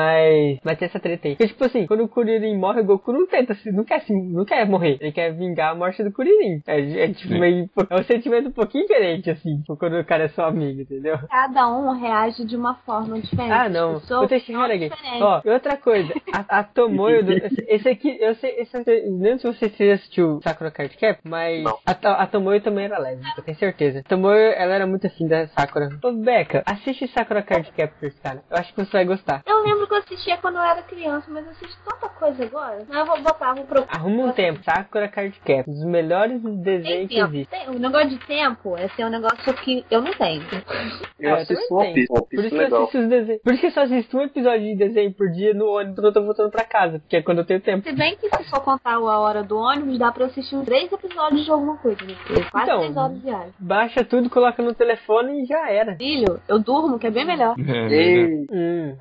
mas... Mas tem essa treta aí. Porque, tipo assim, quando o Kuririn morre, o Goku não tenta... se- Não quer, se- não quer morrer. Ele quer vingar a morte do Kuririn. É, é tipo
Sim.
meio... É um sentimento um pouquinho diferente, assim. tipo, Quando o cara é seu amigo, entendeu?
Cada um reage de uma forma diferente.
Ah, não.
Sou
O Teixeira aqui.
diferente.
Ó, e outra coisa. A, a Tomoyo do... Esse aqui, eu sei... Esse, aqui- não sei se você já assistiu Sakura Card Cap, mas...
Não.
A, To- a Tomoyo também era lésbica, tenho certeza. A Tomoyo, ela era muito assim da Sakura. Ô, Becca, assiste Sakura Card Captors, cara. Eu acho que você vai gostar.
Eu lembro que eu assistia quando eu era criança, mas eu assisto tanta coisa agora. Não, eu vou botar, vou procurar.
Arruma um tempo. Sakura Card Cap. Um dos melhores
Tem
desenhos que
tempo.
existe.
Tem, o negócio de tempo é ser um negócio que eu não tenho.
Eu
Ah,
assisto
também
One Piece. One
Por
Piece
isso,
é
que eu
legal.
assisto os desenhos. Por isso que eu só assisto um episódio de desenho por dia no ônibus quando eu tô voltando pra casa. Porque é quando eu tenho tempo.
Se bem que se for contar a hora do ônibus, dá pra eu assistir uns três episódios de alguma coisa, né? Porque Quase
Então.
três horas diárias.
Baixa tudo, coloca no telefone e já era.
Filho, eu durmo, que é bem melhor.
É, verdade.
Ei,
Hum.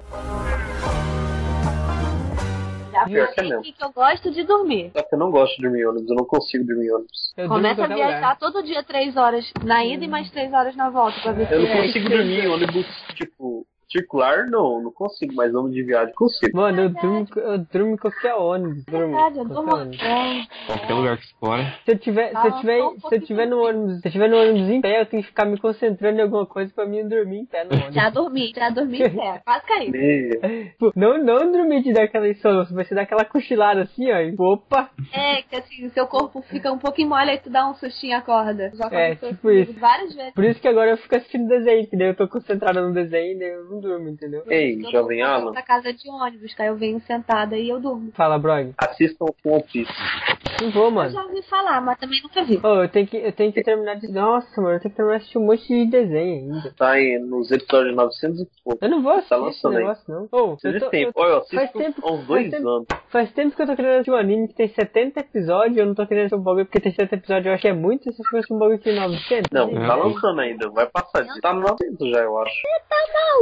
Já
Pior que é
falei
mesmo.
aqui que eu gosto de dormir.
só que eu não gosto de dormir em ônibus, eu não consigo dormir em ônibus.
Eu
Começa a
durmo em qualquer
viajar todo dia três horas na ida e mais três horas na volta pra ver se
Eu não
é.
consigo dormir em ônibus, tipo, circular, não, não consigo, mas ônibus de viagem consigo.
Mano, eu durmo, eu durmo em qualquer ônibus. Durmo, em
Verdade, eu
qualquer
durmo
ônibus.
bem.
Qualquer lugar que né? explora.
Se eu tiver, se eu
Fala
tiver,
só um
se eu tiver no ônibus, se eu tiver no ônibus em pé, eu tenho que ficar me concentrando em alguma coisa pra mim dormir em pé no
É, Já
ônibus.
dormi, já dormi em pé, quase caí.
E-
Tipo, não, não dormir de dar aquela insônia, vai ser dar aquela cochilada assim, ó, e opa,
É, que assim, o seu corpo fica um pouquinho mole e tu dá um sustinho e acorda. Já
É,
aconteceu
tipo
comigo
isso.
Várias vezes.
por isso que agora eu fico assistindo desenho, que daí eu tô concentrada no desenho e daí eu não durmo, entendeu?
Ei,
Eu
jovem
vou
Alan,
Pra casa de ônibus, tá? Eu venho sentada e eu durmo.
Fala, Brog.
assistam One Piece.
Não vou,
Eu
mano.
já ouvi falar, mas também nunca vi.
Ô, eu tenho que, eu tenho que terminar de... Nossa, mano, eu tenho que terminar de assistir um monte de desenho ainda.
Tá aí nos episódios 900 e pouco.
Eu não vou
Tá
assistir esse
lançando aí.
negócio, não. Ô, eu
Vocês
tô-
têm
eu
tempo. Olha, eu
faz
assisto
tempo-
há uns
faz
dois
tempo-
anos.
Faz tempo que eu tô querendo assistir um anime que tem 70 episódios, eu não tô querendo assistir um bagulho porque tem 70 episódios, eu acho que é muito, se fosse um bagulho que tem 900.
Não,
né?
Não.
tá lançando ainda, vai passar disso. Tá no 900 já, eu acho.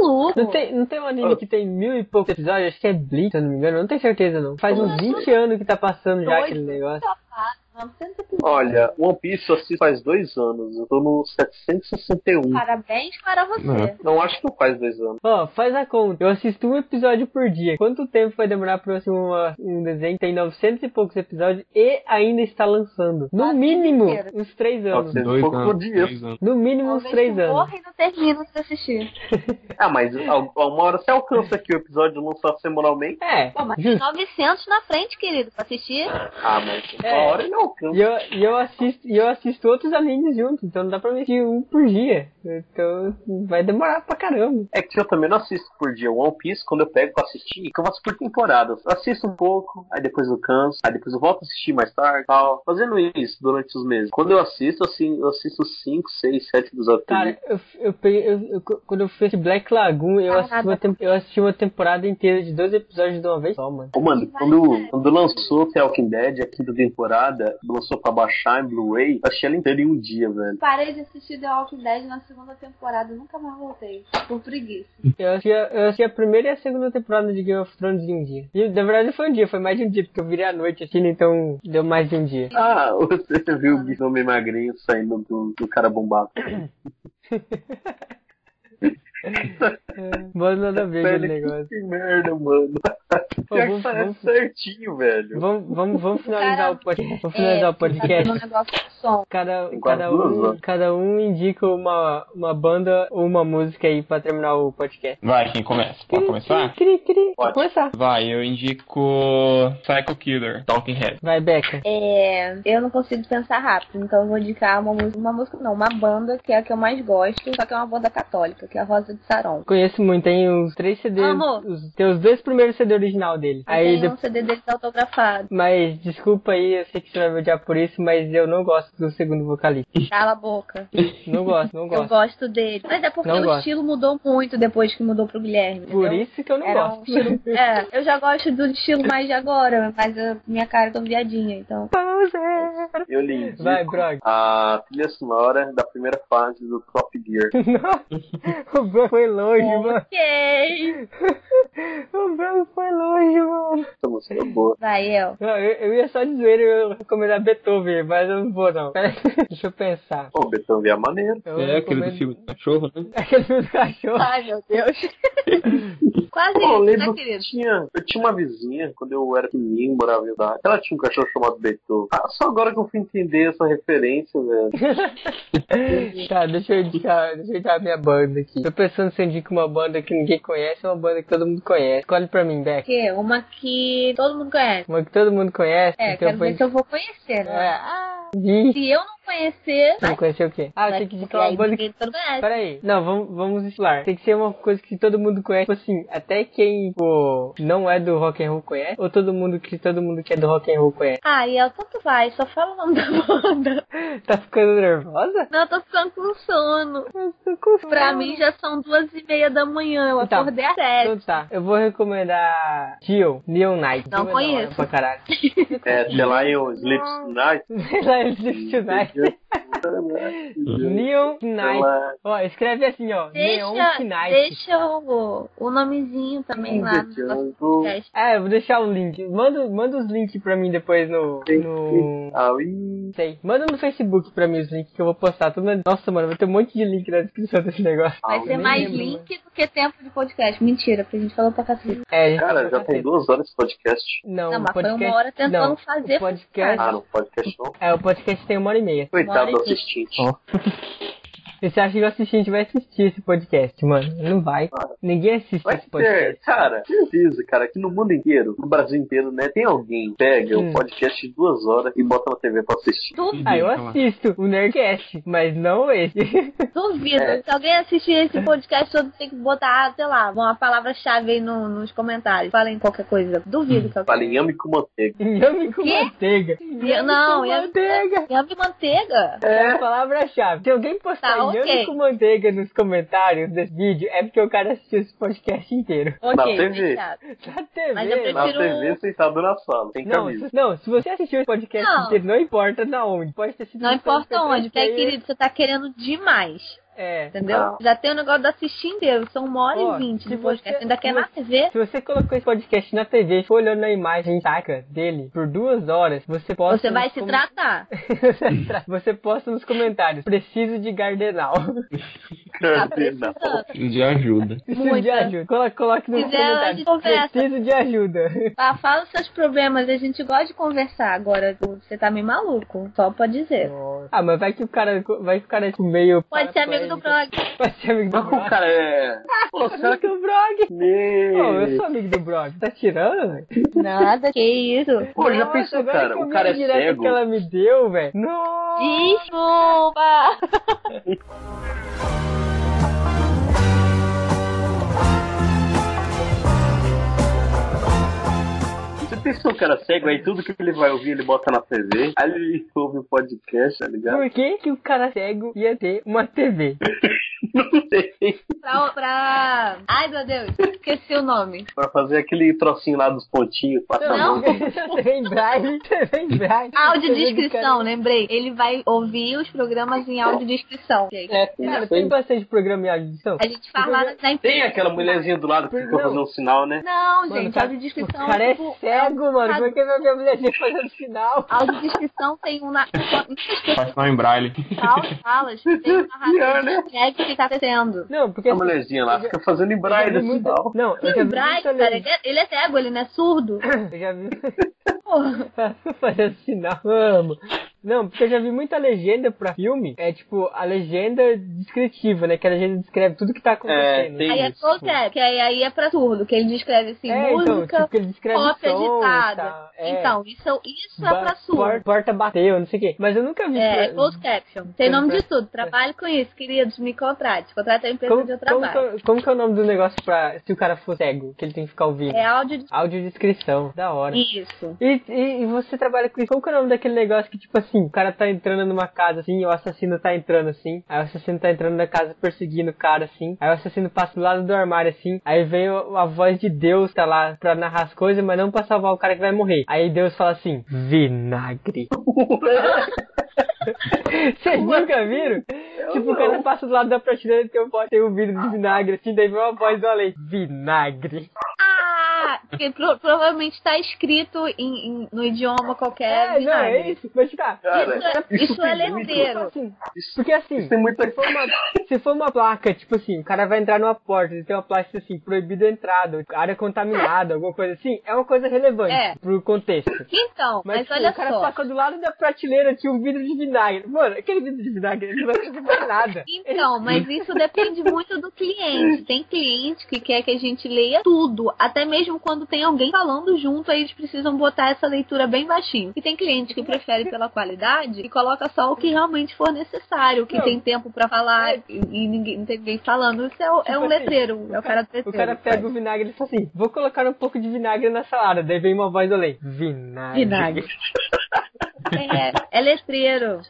Maluco!
Não tem, não tem um anime que tem mil e poucos episódios, acho que é Bleach, se eu não me engano, eu não tenho certeza não. Faz uns 20 anos que tá passando já aquele negócio.
Safado.
900 episódios.
Olha, One Piece eu assisto faz dois anos. Eu tô no
Ah.
761.
Parabéns para você.
Não.
Não acho que não faz dois anos.
Ó, faz a conta. Eu assisto um episódio por dia. Quanto tempo vai demorar pra eu assistir uma- um desenho que tem 900 e poucos episódios e ainda está lançando? No
Quase
mínimo,
inteiro.
uns 3 anos.
Nossa,
Dois
Pouco
anos,
dinheiro.
três anos.
No mínimo, uns
Talvez
3
tu
anos.
morra e não termina de assistir.
Ah, mas al- uma hora você alcança aqui o episódio lançado semanalmente.
É,
Pô, mas tem
justo.
900 na frente, querido, pra assistir.
Ah, mas uma
É.
hora ele
Então-
alcança.
E eu, e, eu assisto, e eu assisto outros animes junto, então não dá pra me assistir um por dia. Então vai demorar pra caramba.
É que eu também não assisto por dia One Piece quando eu pego pra assistir, que eu faço por temporadas. Eu assisto um pouco, aí depois eu canso, aí depois eu volto a assistir mais tarde tal. Fazendo isso durante os meses. Quando eu assisto, assim, eu assisto 5, 6, 7 episódios por
Cara,
dia.
eu, eu peguei. eu- eu- quando eu fiz Black Lagoon, eu assisti,
Caraca.
uma, tem- eu assisti uma temporada inteira de dois episódios de uma vez só, mano.
Ô, mano,
é.
quando, quando lançou The Walking Dead, a quinta temporada, lançou pra baixar em Blu-ray, eu achei ela inteira em um dia, velho.
Parei de assistir The Walking Dead na segunda temporada, nunca mais voltei. Por preguiça.
Eu assisti, a- eu assisti a primeira e a segunda temporada de Game of Thrones em um dia. E na verdade não foi um dia, foi mais de um dia, porque eu virei à noite assistindo, então deu mais de um dia.
Ah, você viu o Guilherme Magrinho saindo do, do cara bombado.
É.
Mas nada a ver aquele
Velho,
um negócio.
Que merda, mano.
Pô,
Pior que
vamos-
parece
vamos-
certinho, velho.
Vamos, vamos, vamos finalizar
Cara,
o podcast. Vamos finalizar o
Tá
é podcast.
tendo um negócio de som.
Cada,
Tem quase
cada,
duas
um,
horas.
cada um indica uma, uma banda ou uma música aí pra terminar o podcast.
Vai, quem começa? Pode começar?
Cri, cri, cri.
Pode.
Pode começar.
Vai, eu indico Psycho Killer, Talking Head.
Vai, Beca.
É, eu não consigo pensar rápido, então eu vou indicar uma música, uma música não, uma banda que é a que eu mais gosto, só que é uma banda católica, que é a Rosa de Saron.
Conheço muito, tem os três CDs.
Amor.
Os, tem os dois primeiros CD original dele.
Eu
Aí
tenho
de-
um CD deles autografado.
Mas desculpa aí, eu sei que você vai me odiar por isso, mas eu não gosto do segundo vocalista.
Cala a boca.
Não gosto, não
Eu
gosto.
gosto dele. Mas é porque
Não
o
gosto.
estilo mudou muito depois que mudou pro Guilherme.
Por
entendeu?
isso que eu não
Era um
gosto.
estilo. É, eu já gosto do estilo mais de agora, mas a minha cara é viadinha, então.
Eu li. indico
Vai, Brog.
A trilha sonora da primeira fase do Top Gear.
Nossa, o Brog foi longe, mano.
Ok!
O Brog foi longe, mano.
Essa música é boa.
Vai, El.
Não, eu, eu ia só de zoeira eu ia recomendar Beethoven, mas eu não vou não. Pera aí, Deixa eu pensar.
Pô, Betão via maneiro.
Eu
É aquele do
recomendo-
filme do cachorro, né?
Aquele do cachorro.
Ai, meu Deus. Quase
Pô, eu
isso,
lembro
né,
que
querido?
tinha, eu tinha uma vizinha, quando eu era pequenininho, morava em Udá. Ela tinha um cachorro chamado Beethoven. Ah, só agora que eu fui entender essa referência, velho.
Tá, deixa eu indicar, deixa eu indicar a minha banda aqui. Tô pensando se eu indico uma banda que ninguém conhece ou uma banda que todo mundo conhece. Escolhe pra mim, Beck.
Que? Uma que todo mundo conhece.
Uma que todo mundo conhece.
É,
então
quero ver se eu vou conhecer, né?
Ah, vi.
Se eu não conhecer.
Você não conheceu o quê? Ah,
vai-
tem que
porque
indicar
aí
uma banda que...
ninguém- todo mundo conhece.
Peraí. Não, vamos, vamos explorar. Tem que ser uma coisa que todo mundo conhece. Tipo assim, até quem pô, não é do rock and roll conhece. Ou todo mundo que todo mundo que é do rock and roll conhece.
Ah, e El, tanto vai, só fala o nome da banda.
Tá ficando nervosa?
Não, eu tô ficando com sono.
Tô com
Pra
fome.
mim é. já são duas e meia da manhã, eu
Então,
acordei às sete.
Então tá, eu vou recomendar Jill, Neon Knight.
Não
Jill é da
conheço.
hora Pra caralho.
É, sei lá, eu Sleep Tonight.
Sei lá, Sleep Tonight. Neon Knight.
Ela-
Ó, escreve assim, ó. Neon
Deixa,
Knight.
deixa o, o nomezinho também lá no nosso podcast.
É, eu vou deixar o link. Manda, manda os links pra mim depois no. no...
Aui.
Sei. Manda no Facebook pra mim os links que eu vou postar. Tudo na- Nossa, mano, vai ter um monte de link na descrição desse negócio.
Vai ser
Ah,
nem
mais
lembro,
link do que tempo de podcast. Mentira, porque a gente falou pra cacete.
É, a gente
Cara, já
vai fazer.
tem duas horas esse podcast.
Não,
Não,
Então, o
mas foi
podcast...
uma hora tentando
não,
fazer.
O podcast...
Ah, no podcast não.
É, o podcast tem uma hora e meia.
Coitado
Bora,
do assistente.
Ó.
E Você acha que o assistente vai assistir esse podcast, mano? Não vai. Ninguém assiste
Vai
esse podcast.
ter, cara, certeza, cara, que no mundo inteiro, no Brasil inteiro, né, tem alguém que pega
Hum.
um podcast de duas horas e bota na TV pra assistir.
Duvido,
Ah, eu
Então,
assisto o Nerdcast, mas não esse.
duvido.
É.
Se alguém assistir esse podcast todo, tem que botar, sei lá, uma palavra-chave aí no- nos comentários. Falem qualquer coisa. Duvido que
Fala
alguém.
em ame com manteiga.
Inhame com
Quê?
manteiga.
Eu- não,
com
eu-
manteiga.
Yami manteiga?
É
Tá
a palavra-chave. Se alguém postar
Tá,
inhame
ok.
com manteiga nos comentários desse vídeo, é porque o cara assistiu esse podcast inteiro.
Ok,
Na TV.
fechado.
Na TV.
Mas eu
Na
Prefiro-
TV sentado na sala, sem
Não,
camisa.
se- não, se você assistiu esse podcast
Não.
inteiro, não importa na onde. Pode ter sido
Não
no
importa
Spotify,
onde, porque, é
player,
querido, você tá querendo demais.
É.
Entendeu?
Não.
Já tem o negócio do assistir inteiro. São uma hora
Ó,
e vinte
se
de podcast.
você-
Ainda quer
se
na
você-
TV?
Se você colocou esse podcast na TV e for olhando a imagem taca dele por duas horas, você posta.
Você vai
nos
se
com-
tratar.
você posta nos comentários. Preciso de gardenal.
Tá precisando.
De ajuda.
Preciso de
Muita.
ajuda. Colo- Coloque nos
Se quiser, a gente
comentários.
conversa.
Preciso de ajuda.
Ah, fala os seus problemas. A gente gosta de conversar. Agora, você tá meio maluco. Só pra dizer.
Ah, mas vai que o cara vai que o cara é meio.
Pode ser amigo do
Brog.
blog.
Pode ser amigo do
Mas o
Brog.
cara é. Pô, será que.
Amigo do Brog. Pô, eu
Meu.
sou amigo do Brog. Tá tirando?
Nada, que isso.
Pô, já
Nossa,
pensou,
agora
cara?
que eu
O
vi
cara
a
é
direta
cego.
que ela me deu, velho. Nossa.
Desculpa.
Você pensou o cara cego aí, tudo que ele vai ouvir, ele bota na TV. Aí ele ouve o podcast, tá ligado?
Por que, que o cara cego ia ter uma TV?
Não sei.
Pra, pra. Ai, meu Deus. Esqueci o nome.
Pra fazer aquele trocinho lá dos pontinhos, passa a mão.
Não.
TV em braille, TV em braille.
Audiodescrição, lembrei. Ele vai ouvir os programas em audiodescrição.
É, cara, tem bastante programa em audiodescrição.
A gente fala na empresa.
Tem aquela mulherzinha do lado que ficou
Não.
fazendo um sinal, né?
Não,
Mano,
gente,
cara,
audiodescrição
O cara é
tipo,
cego, mano.
a-
Por que é vai ver a mulherzinha fazendo sinal?
Audiodescrição tem um na. Muitas
Faz sinal em braille.
pessoas falas tem uma
Pior, né?
razão de drag que tá acontecendo.
Não, porque... assim,
A mulherzinha lá fica fazendo em braille
eu já vi
o
muito-
sinal.
Não, eu já
O
vi
Brian,
muita
cara,
legenda.
ele é, ele é cego, ele não é surdo.
Eu já vi...
Porra.
fazendo sinal, amo. Não, porque eu já vi muita legenda pra filme. É tipo, a legenda descritiva, né? Que a legenda descreve tudo que tá acontecendo.
tem-
Aí é
Isso.
close-up, que aí, aí é pra surdo, que ele descreve assim,
É, então,
música,
tipo, que ele descreve
cópia
sons,
editada.
tá? É.
Então, isso, isso é
Ba- né?
pra
por-
surdo.
Porta bateu, não sei o quê. Mas eu nunca vi.
É,
pra-
closed caption. Tem nome de tudo. Trabalho com isso, queridos. Me contrate. Contrate a empresa
como,
onde eu
como,
trabalho.
que- como que é o nome do negócio pra se o cara for cego, que ele tem que ficar ouvindo?
É áudio de...
Audiodescrição, da hora. E...
Isso.
e- e você trabalha com isso. Como que é o nome daquele negócio que, tipo assim, o cara tá entrando numa casa assim, o assassino tá entrando assim, aí o assassino tá entrando na casa perseguindo o cara assim, aí o assassino passa do lado do armário assim, aí vem o- a voz de Deus tá lá pra narrar as coisas, mas não pra salvar o cara que vai morrer. Aí Deus fala assim: vinagre. Vocês nunca viram? tipo, o cara passa do lado da prateleira e tem um, pote- tem um vidro de vinagre, assim, daí vem uma voz do além. Vinagre.
Ah! Porque pro- provavelmente tá escrito em, em- no idioma qualquer.
É, não,
binário.
é isso. Mas, cara,
Cara,
Isso é- isso é
tem muito-
letreiro.
assim,
Isso,
porque assim,
isso é tem muita
se for, uma, se for uma placa, tipo assim, o cara vai entrar numa porta, tem uma placa assim, proibido a entrada, área contaminada, alguma coisa assim, é uma coisa relevante
É.
pro contexto.
Então, mas,
tipo,
olha
o cara
só.
passa do lado da prateleira tinha um vidro de vinagre. Mano, aquele vidro de vinagre ele não vai servir pra nada.
Então, mas isso depende muito do cliente. Tem cliente que quer que a gente leia tudo, até mesmo quando tem alguém falando junto, aí eles precisam botar essa leitura bem baixinho. E tem cliente que prefere pela qualidade e coloca só o que realmente for necessário, que
Não. É.
tem tempo pra falar e, e ninguém, não tem ninguém falando. Isso é, o- é
Tipo
um
assim,
letreiro, é o cara do
O
letreiro.
cara pega o vinagre e fala assim: vou colocar um pouco de vinagre na salada. Daí vem uma voz além: vinagre.
Vinagre. É, é letreiro.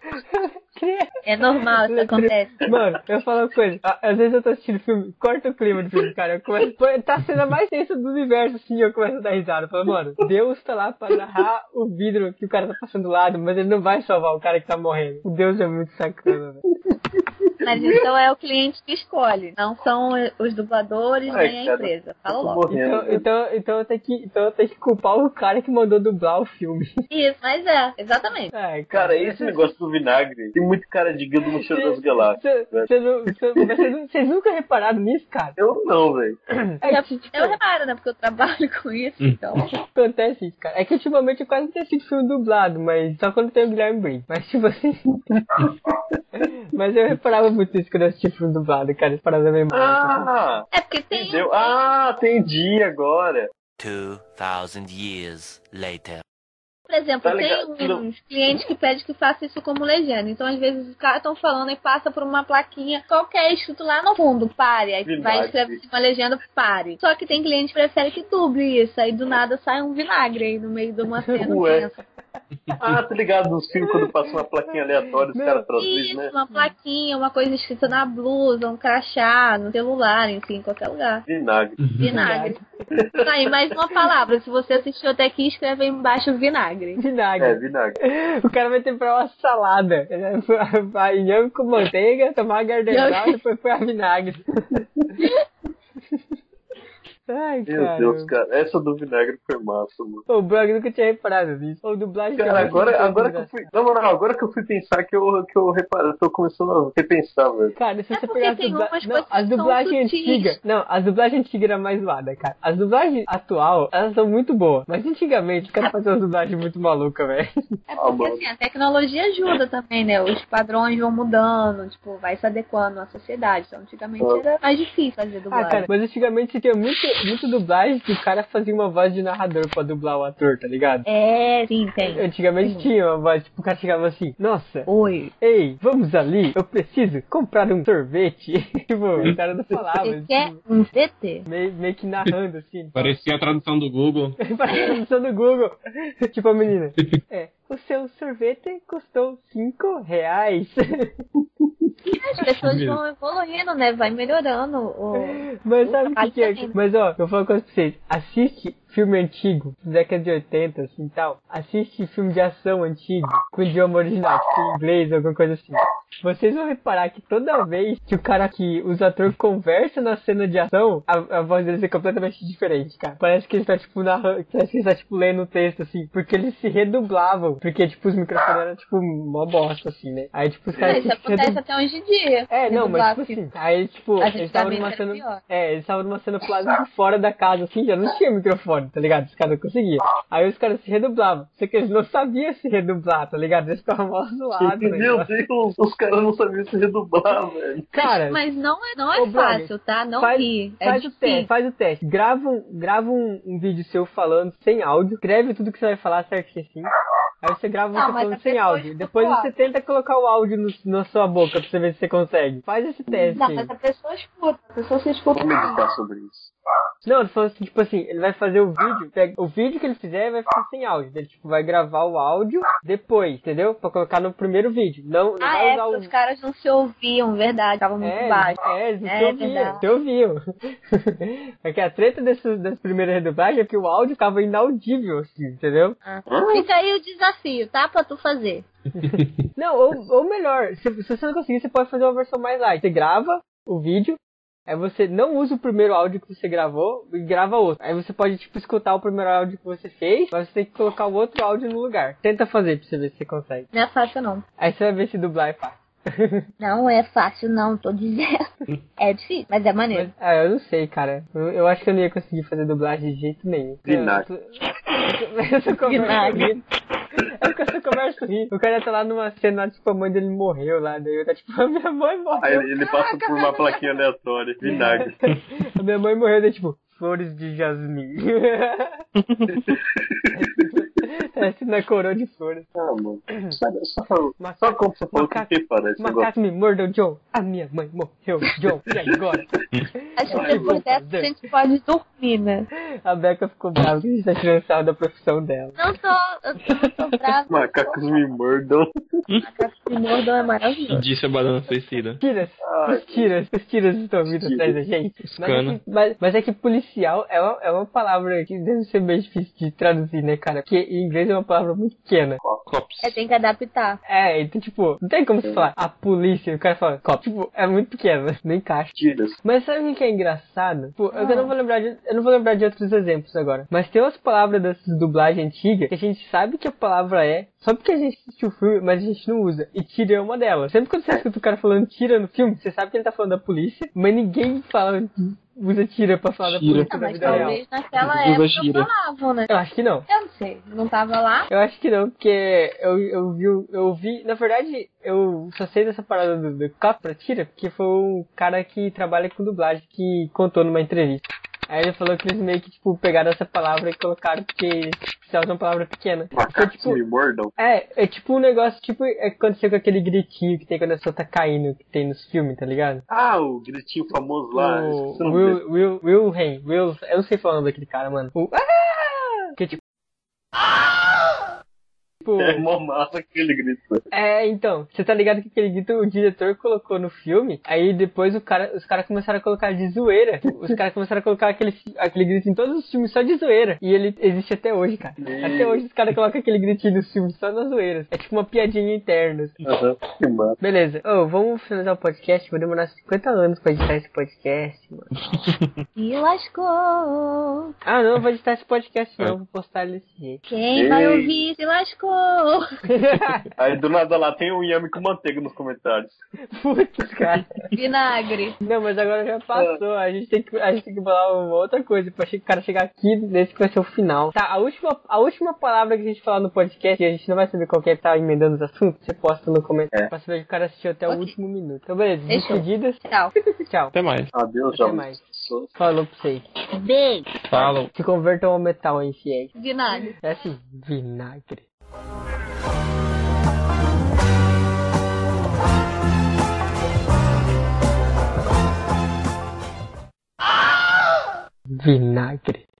É normal, isso
Letreiro.
acontece.
Mano, eu falo uma coisa. a- Às vezes eu tô assistindo filme, corta o clima de filme, cara. Eu começo, pô, tá a cena mais tensa do universo, assim, eu começo a dar risada. Eu falo, mano, Deus tá lá pra narrar o vidro que o cara tá passando do lado, mas ele não vai salvar o cara que tá morrendo. O Deus é muito sacana, velho.
Mas então é o cliente que escolhe, não são os dubladores
Ai,
nem a
cara,
empresa. Fala
Tô
logo.
morrendo. né?
Então, então, então, eu tenho que, então eu tenho que culpar o cara que mandou dublar o filme.
Isso, mas é, exatamente.
Ai,
Cara, esse
então,
negócio do vinagre tem muito cara de Guia do Mochão das Galáxias. velho.
Vocês não- cê- mas cês não- cês nunca repararam nisso, cara?
Eu não, velho.
É que
Eu reparo, né? Porque eu trabalho com isso, então.
acontece isso, cara. É que ultimamente eu quase não tenho assistido filme dublado, mas só quando tem o Guilherme Briggs. Mas tipo assim. mas eu reparava muito isso quando eu assistia filme dublado, cara. Essa parada é meio mágica.
Ah,
É porque tem.
entendeu? Ah, entendi agora.
2,000 years later.
Por exemplo,
Tá
tem
ligado?
uns clientes que pedem que faça isso como legenda. Então, às vezes, os caras estão falando e passa por uma plaquinha qualquer escrito lá no fundo, pare. Aí vai
Vinagre.
escrever assim, uma legenda, pare. Só que tem cliente que prefere que duble isso. Aí do nada sai um vinagre aí no meio de uma cena
Ué.
tensa.
Ah, tá ligado nos filmes quando passa uma plaquinha aleatória, os
Não,
caras traduzem,
Isso,
né?
uma plaquinha, uma coisa escrita na blusa, um crachá, no celular, enfim, em qualquer lugar.
Vinagre.
Vinagre. Tá Aí, mais uma palavra. Se você assistiu até aqui, escreve aí embaixo vinagre.
Vinagre.
É, vinagre.
O cara vai ter pra uma salada. Vai Inhame com manteiga, tomar gardenal e depois foi a vinagre. Ai,
Meu
É, cara.
Deus, cara. Essa do vinagre foi massa, mano.
O Bug nunca tinha reparado nisso. Ou dublagem né?
Cara,
também,
agora,
não
agora que eu
dublagem.
fui. Na moral, agora que eu fui pensar que eu, que eu reparo, eu tô começando a repensar, velho.
Cara, se
É
você
porque
pegar as
tem
dubla...
umas
não,
coisas que
as
são
dublagens
sutis.
antigas. Não, as dublagens antigas eram mais zoadas, cara. As dublagens atual, elas são muito boas. Mas antigamente, os caras faziam umas dublagens muito malucas, velho.
É
Ah,
porque
mano.
assim, a tecnologia ajuda também, né? Os padrões vão mudando, tipo, vai se adequando à sociedade. Então, antigamente era mais difícil fazer
Ah,
dublagem.
cara, mas antigamente você tinha muito, muito dublagem que o cara fazia uma voz de narrador pra dublar o ator, tá ligado?
é, sim, tem.
Antigamente tinha uma voz, tipo, o cara chegava assim, nossa,
Oi.
ei, vamos ali, eu preciso comprar um sorvete. tipo, o cara não falava,
Você
tipo,
quer um VT?
meio, meio que narrando, assim.
Parecia a tradução do Google.
Parece a tradução do Google. Tipo a menina. É, o seu sorvete custou 5 reais.
As pessoas vão evoluindo, né? Vai melhorando o.
Mas sabe o que,
trabalho
que é?
também, né?
Mas ó, eu vou falar uma coisa pra vocês. Assiste filme antigo, década de 80, assim tal. Assiste filme de ação antigo, com idioma original, tipo em inglês, alguma coisa assim. Vocês vão reparar que toda vez que o cara que os atores conversam na cena de ação, a, a voz deles é completamente diferente, cara. Parece que ele tá tipo narrando, parece que ele tá tipo lendo o texto assim, porque eles se redublavam, porque tipo os microfones eram tipo mó bosta assim, né? Aí tipo os caras
Isso
se redublavam.
acontece até hoje em dia.
É, não, mas
Redublar
tipo
filme.
assim, aí tipo,
A gente
eles estavam
sabe
numa
que era
cena.
pior.
É, eles estavam numa cena pro lado de fora da casa, assim, já não tinha microfone, tá ligado? Os caras não conseguiam. Aí os caras se redublavam. Só que eles não sabiam se redublar, tá ligado? Eles ficavam mal zoados,
Meu
né?
Deus, os caras não sabiam se redublar, velho.
Cara,
Mas não é, não
Ô,
é
brother,
fácil, tá? Não
faz,
ri. É
faz o teste,
difícil.
faz o teste. Grava um, grava um, um vídeo seu falando sem áudio, escreve tudo que você vai falar certinho assim. Aí você grava
Não,
você
mas
falando
é
sem
depois
áudio.
do
Depois
áudio.
você tenta colocar o áudio no- na sua boca pra você ver se você consegue. Faz esse teste.
Não,
aí.
mas a pessoa escuta, a pessoa se escuta.
Vamos meditar sobre isso.
Não, ele falou assim, tipo assim, ele vai fazer o vídeo, pega, o vídeo que ele fizer vai ficar sem áudio. Ele tipo, vai gravar o áudio depois, entendeu? Pra colocar no primeiro vídeo. Não, não
Ah,
vai
é,
usar
porque
o.
os caras não se ouviam, verdade, estavam muito
É,
baixo.
é, eles não
É
te ouviam,
verdade.
te ouviam. É que a treta dessas, dessas primeiras redublagens é que o áudio tava inaudível, assim, entendeu?
Ah. Fica aí o desafio, tá? Pra tu fazer.
Não, ou, ou melhor, se, se você não conseguir, você pode fazer uma versão mais light. Você grava o vídeo, aí você não usa o primeiro áudio que você gravou e grava outro. Aí você pode, tipo, escutar o primeiro áudio que você fez, mas você tem que colocar o outro áudio no lugar. Tenta fazer pra você ver se você consegue.
Não é fácil, não.
Aí você vai ver se dublar é fácil.
Não é fácil, não, tô dizendo. É difícil, mas é maneiro.
Mas, ah, eu não sei, cara. Eu, eu acho que eu não ia conseguir fazer dublagem de jeito nenhum.
Vinagre.
Essa conversa
Vinagre.
ri. É porque essa conversa ri. O cara tá lá numa cena, tipo, a mãe dele morreu lá. Daí eu tá tipo, a minha mãe morreu.
Aí ele
Ah,
ele passa por uma plaquinha aleatória. Vinagre.
A minha mãe morreu de tipo, flores de jasmim. Parece na é coroa de flores.
Ah, mano. Só, só, só como você falou que
Macaco-
repara esse negócio.
Macaco me mordeu, John. A minha mãe morreu, John. E agora?
Acho que
Ai,
depois
vou
dessa
fazer.
a gente pode dormir, né?
A Beca ficou brava que a gente tá tirando sarro da profissão dela.
Não tô, eu não tô brava.
Macacos me mordam.
O mordão é maravilhoso.
Disse a banana suicida.
Tiras,
Ai,
os tiras, os tiras estão vindo atrás da gente.
Os
Mas é,
cana.
que, mas- mas é que policial é uma, é uma palavra que deve ser meio difícil de traduzir, né, cara? Porque em inglês é uma palavra muito pequena.
Cops.
É, tem que adaptar.
É, então, tipo, não tem como você falar a polícia, o cara fala cop. Tipo, é muito pequeno, não encaixa.
Tiras.
Mas sabe o que que é engraçado? Tipo, eu, eu não vou lembrar de, eu não vou lembrar de outros exemplos agora. Mas tem umas palavras dessas dublagem antiga que a gente sabe que a palavra é, só porque a gente assistiu o filme, mas a gente não usa. E tira é uma delas. Sempre quando você escuta o cara falando tira no filme, você sabe que ele tá falando da polícia, mas ninguém fala, usa tira pra falar
Tira.
da polícia
Ah,
na
mas
vida real.
talvez naquela
Usa
época
gíria.
falavam, né?
Eu acho que não.
Eu não sei, não tava lá.
Eu acho que não, porque eu, eu vi, o- eu vi, na verdade, eu só sei dessa parada do, do cop pra tira, porque foi um cara que trabalha com dublagem que contou numa entrevista. Aí ele falou que eles meio que, tipo, pegaram essa palavra e colocaram porque eles precisavam de uma palavra pequena. Então,
Macacos
tipo,
me mordam.
é, é tipo um negócio, tipo, é que aconteceu com aquele gritinho que tem quando a pessoa tá caindo, que tem nos filmes, tá ligado?
Ah, o gritinho famoso lá. esqueci o
O
nome dele.
Will, Will, Will, Ren, Will, eu não sei falar o nome daquele cara, mano. O, ah! Que tipo, Tipo,
É mó massa aquele grito.
É, então, você tá ligado que aquele grito o diretor colocou no filme, aí depois o cara, os caras começaram a colocar de zoeira. Os caras começaram a colocar aquele, aquele grito em todos os filmes só de zoeira. E ele existe até hoje, cara.
Meu.
Até hoje os caras colocam aquele gritinho nos filmes só nas zoeiras. É tipo uma piadinha interna. assim.
Aham, que massa.
Beleza, Ô, vamos finalizar o podcast, vou demorar 50 anos pra editar esse podcast, mano.
E lascou.
Ah, não, eu vou editar esse podcast não, vou postar ele desse jeito.
Quem vai
Ei.
ouvir se lascou.
Aí do nada lá tem um Yami com manteiga nos comentários.
Putz, cara.
Vinagre.
Não, mas agora já passou. A gente tem que, a gente tem que falar uma outra coisa pra che- o cara chegar aqui nesse que vai ser o final. Tá, a última, a última palavra que a gente falar no podcast, e a gente não vai saber qual que é que tá emendando os assuntos, você posta no comentário
É.
pra saber que o cara assistiu até o
Ok.
último minuto. Então, beleza,
Fechou.
despedidas.
Tchau.
Tchau.
Até mais.
Adeus,
Até
jovens
mais.
pessoas.
Falou pra vocês.
Beijo.
Falam.
Se convertam ao metal em fiéis.
Vinagre.
É assim, vinagre. Vinagre.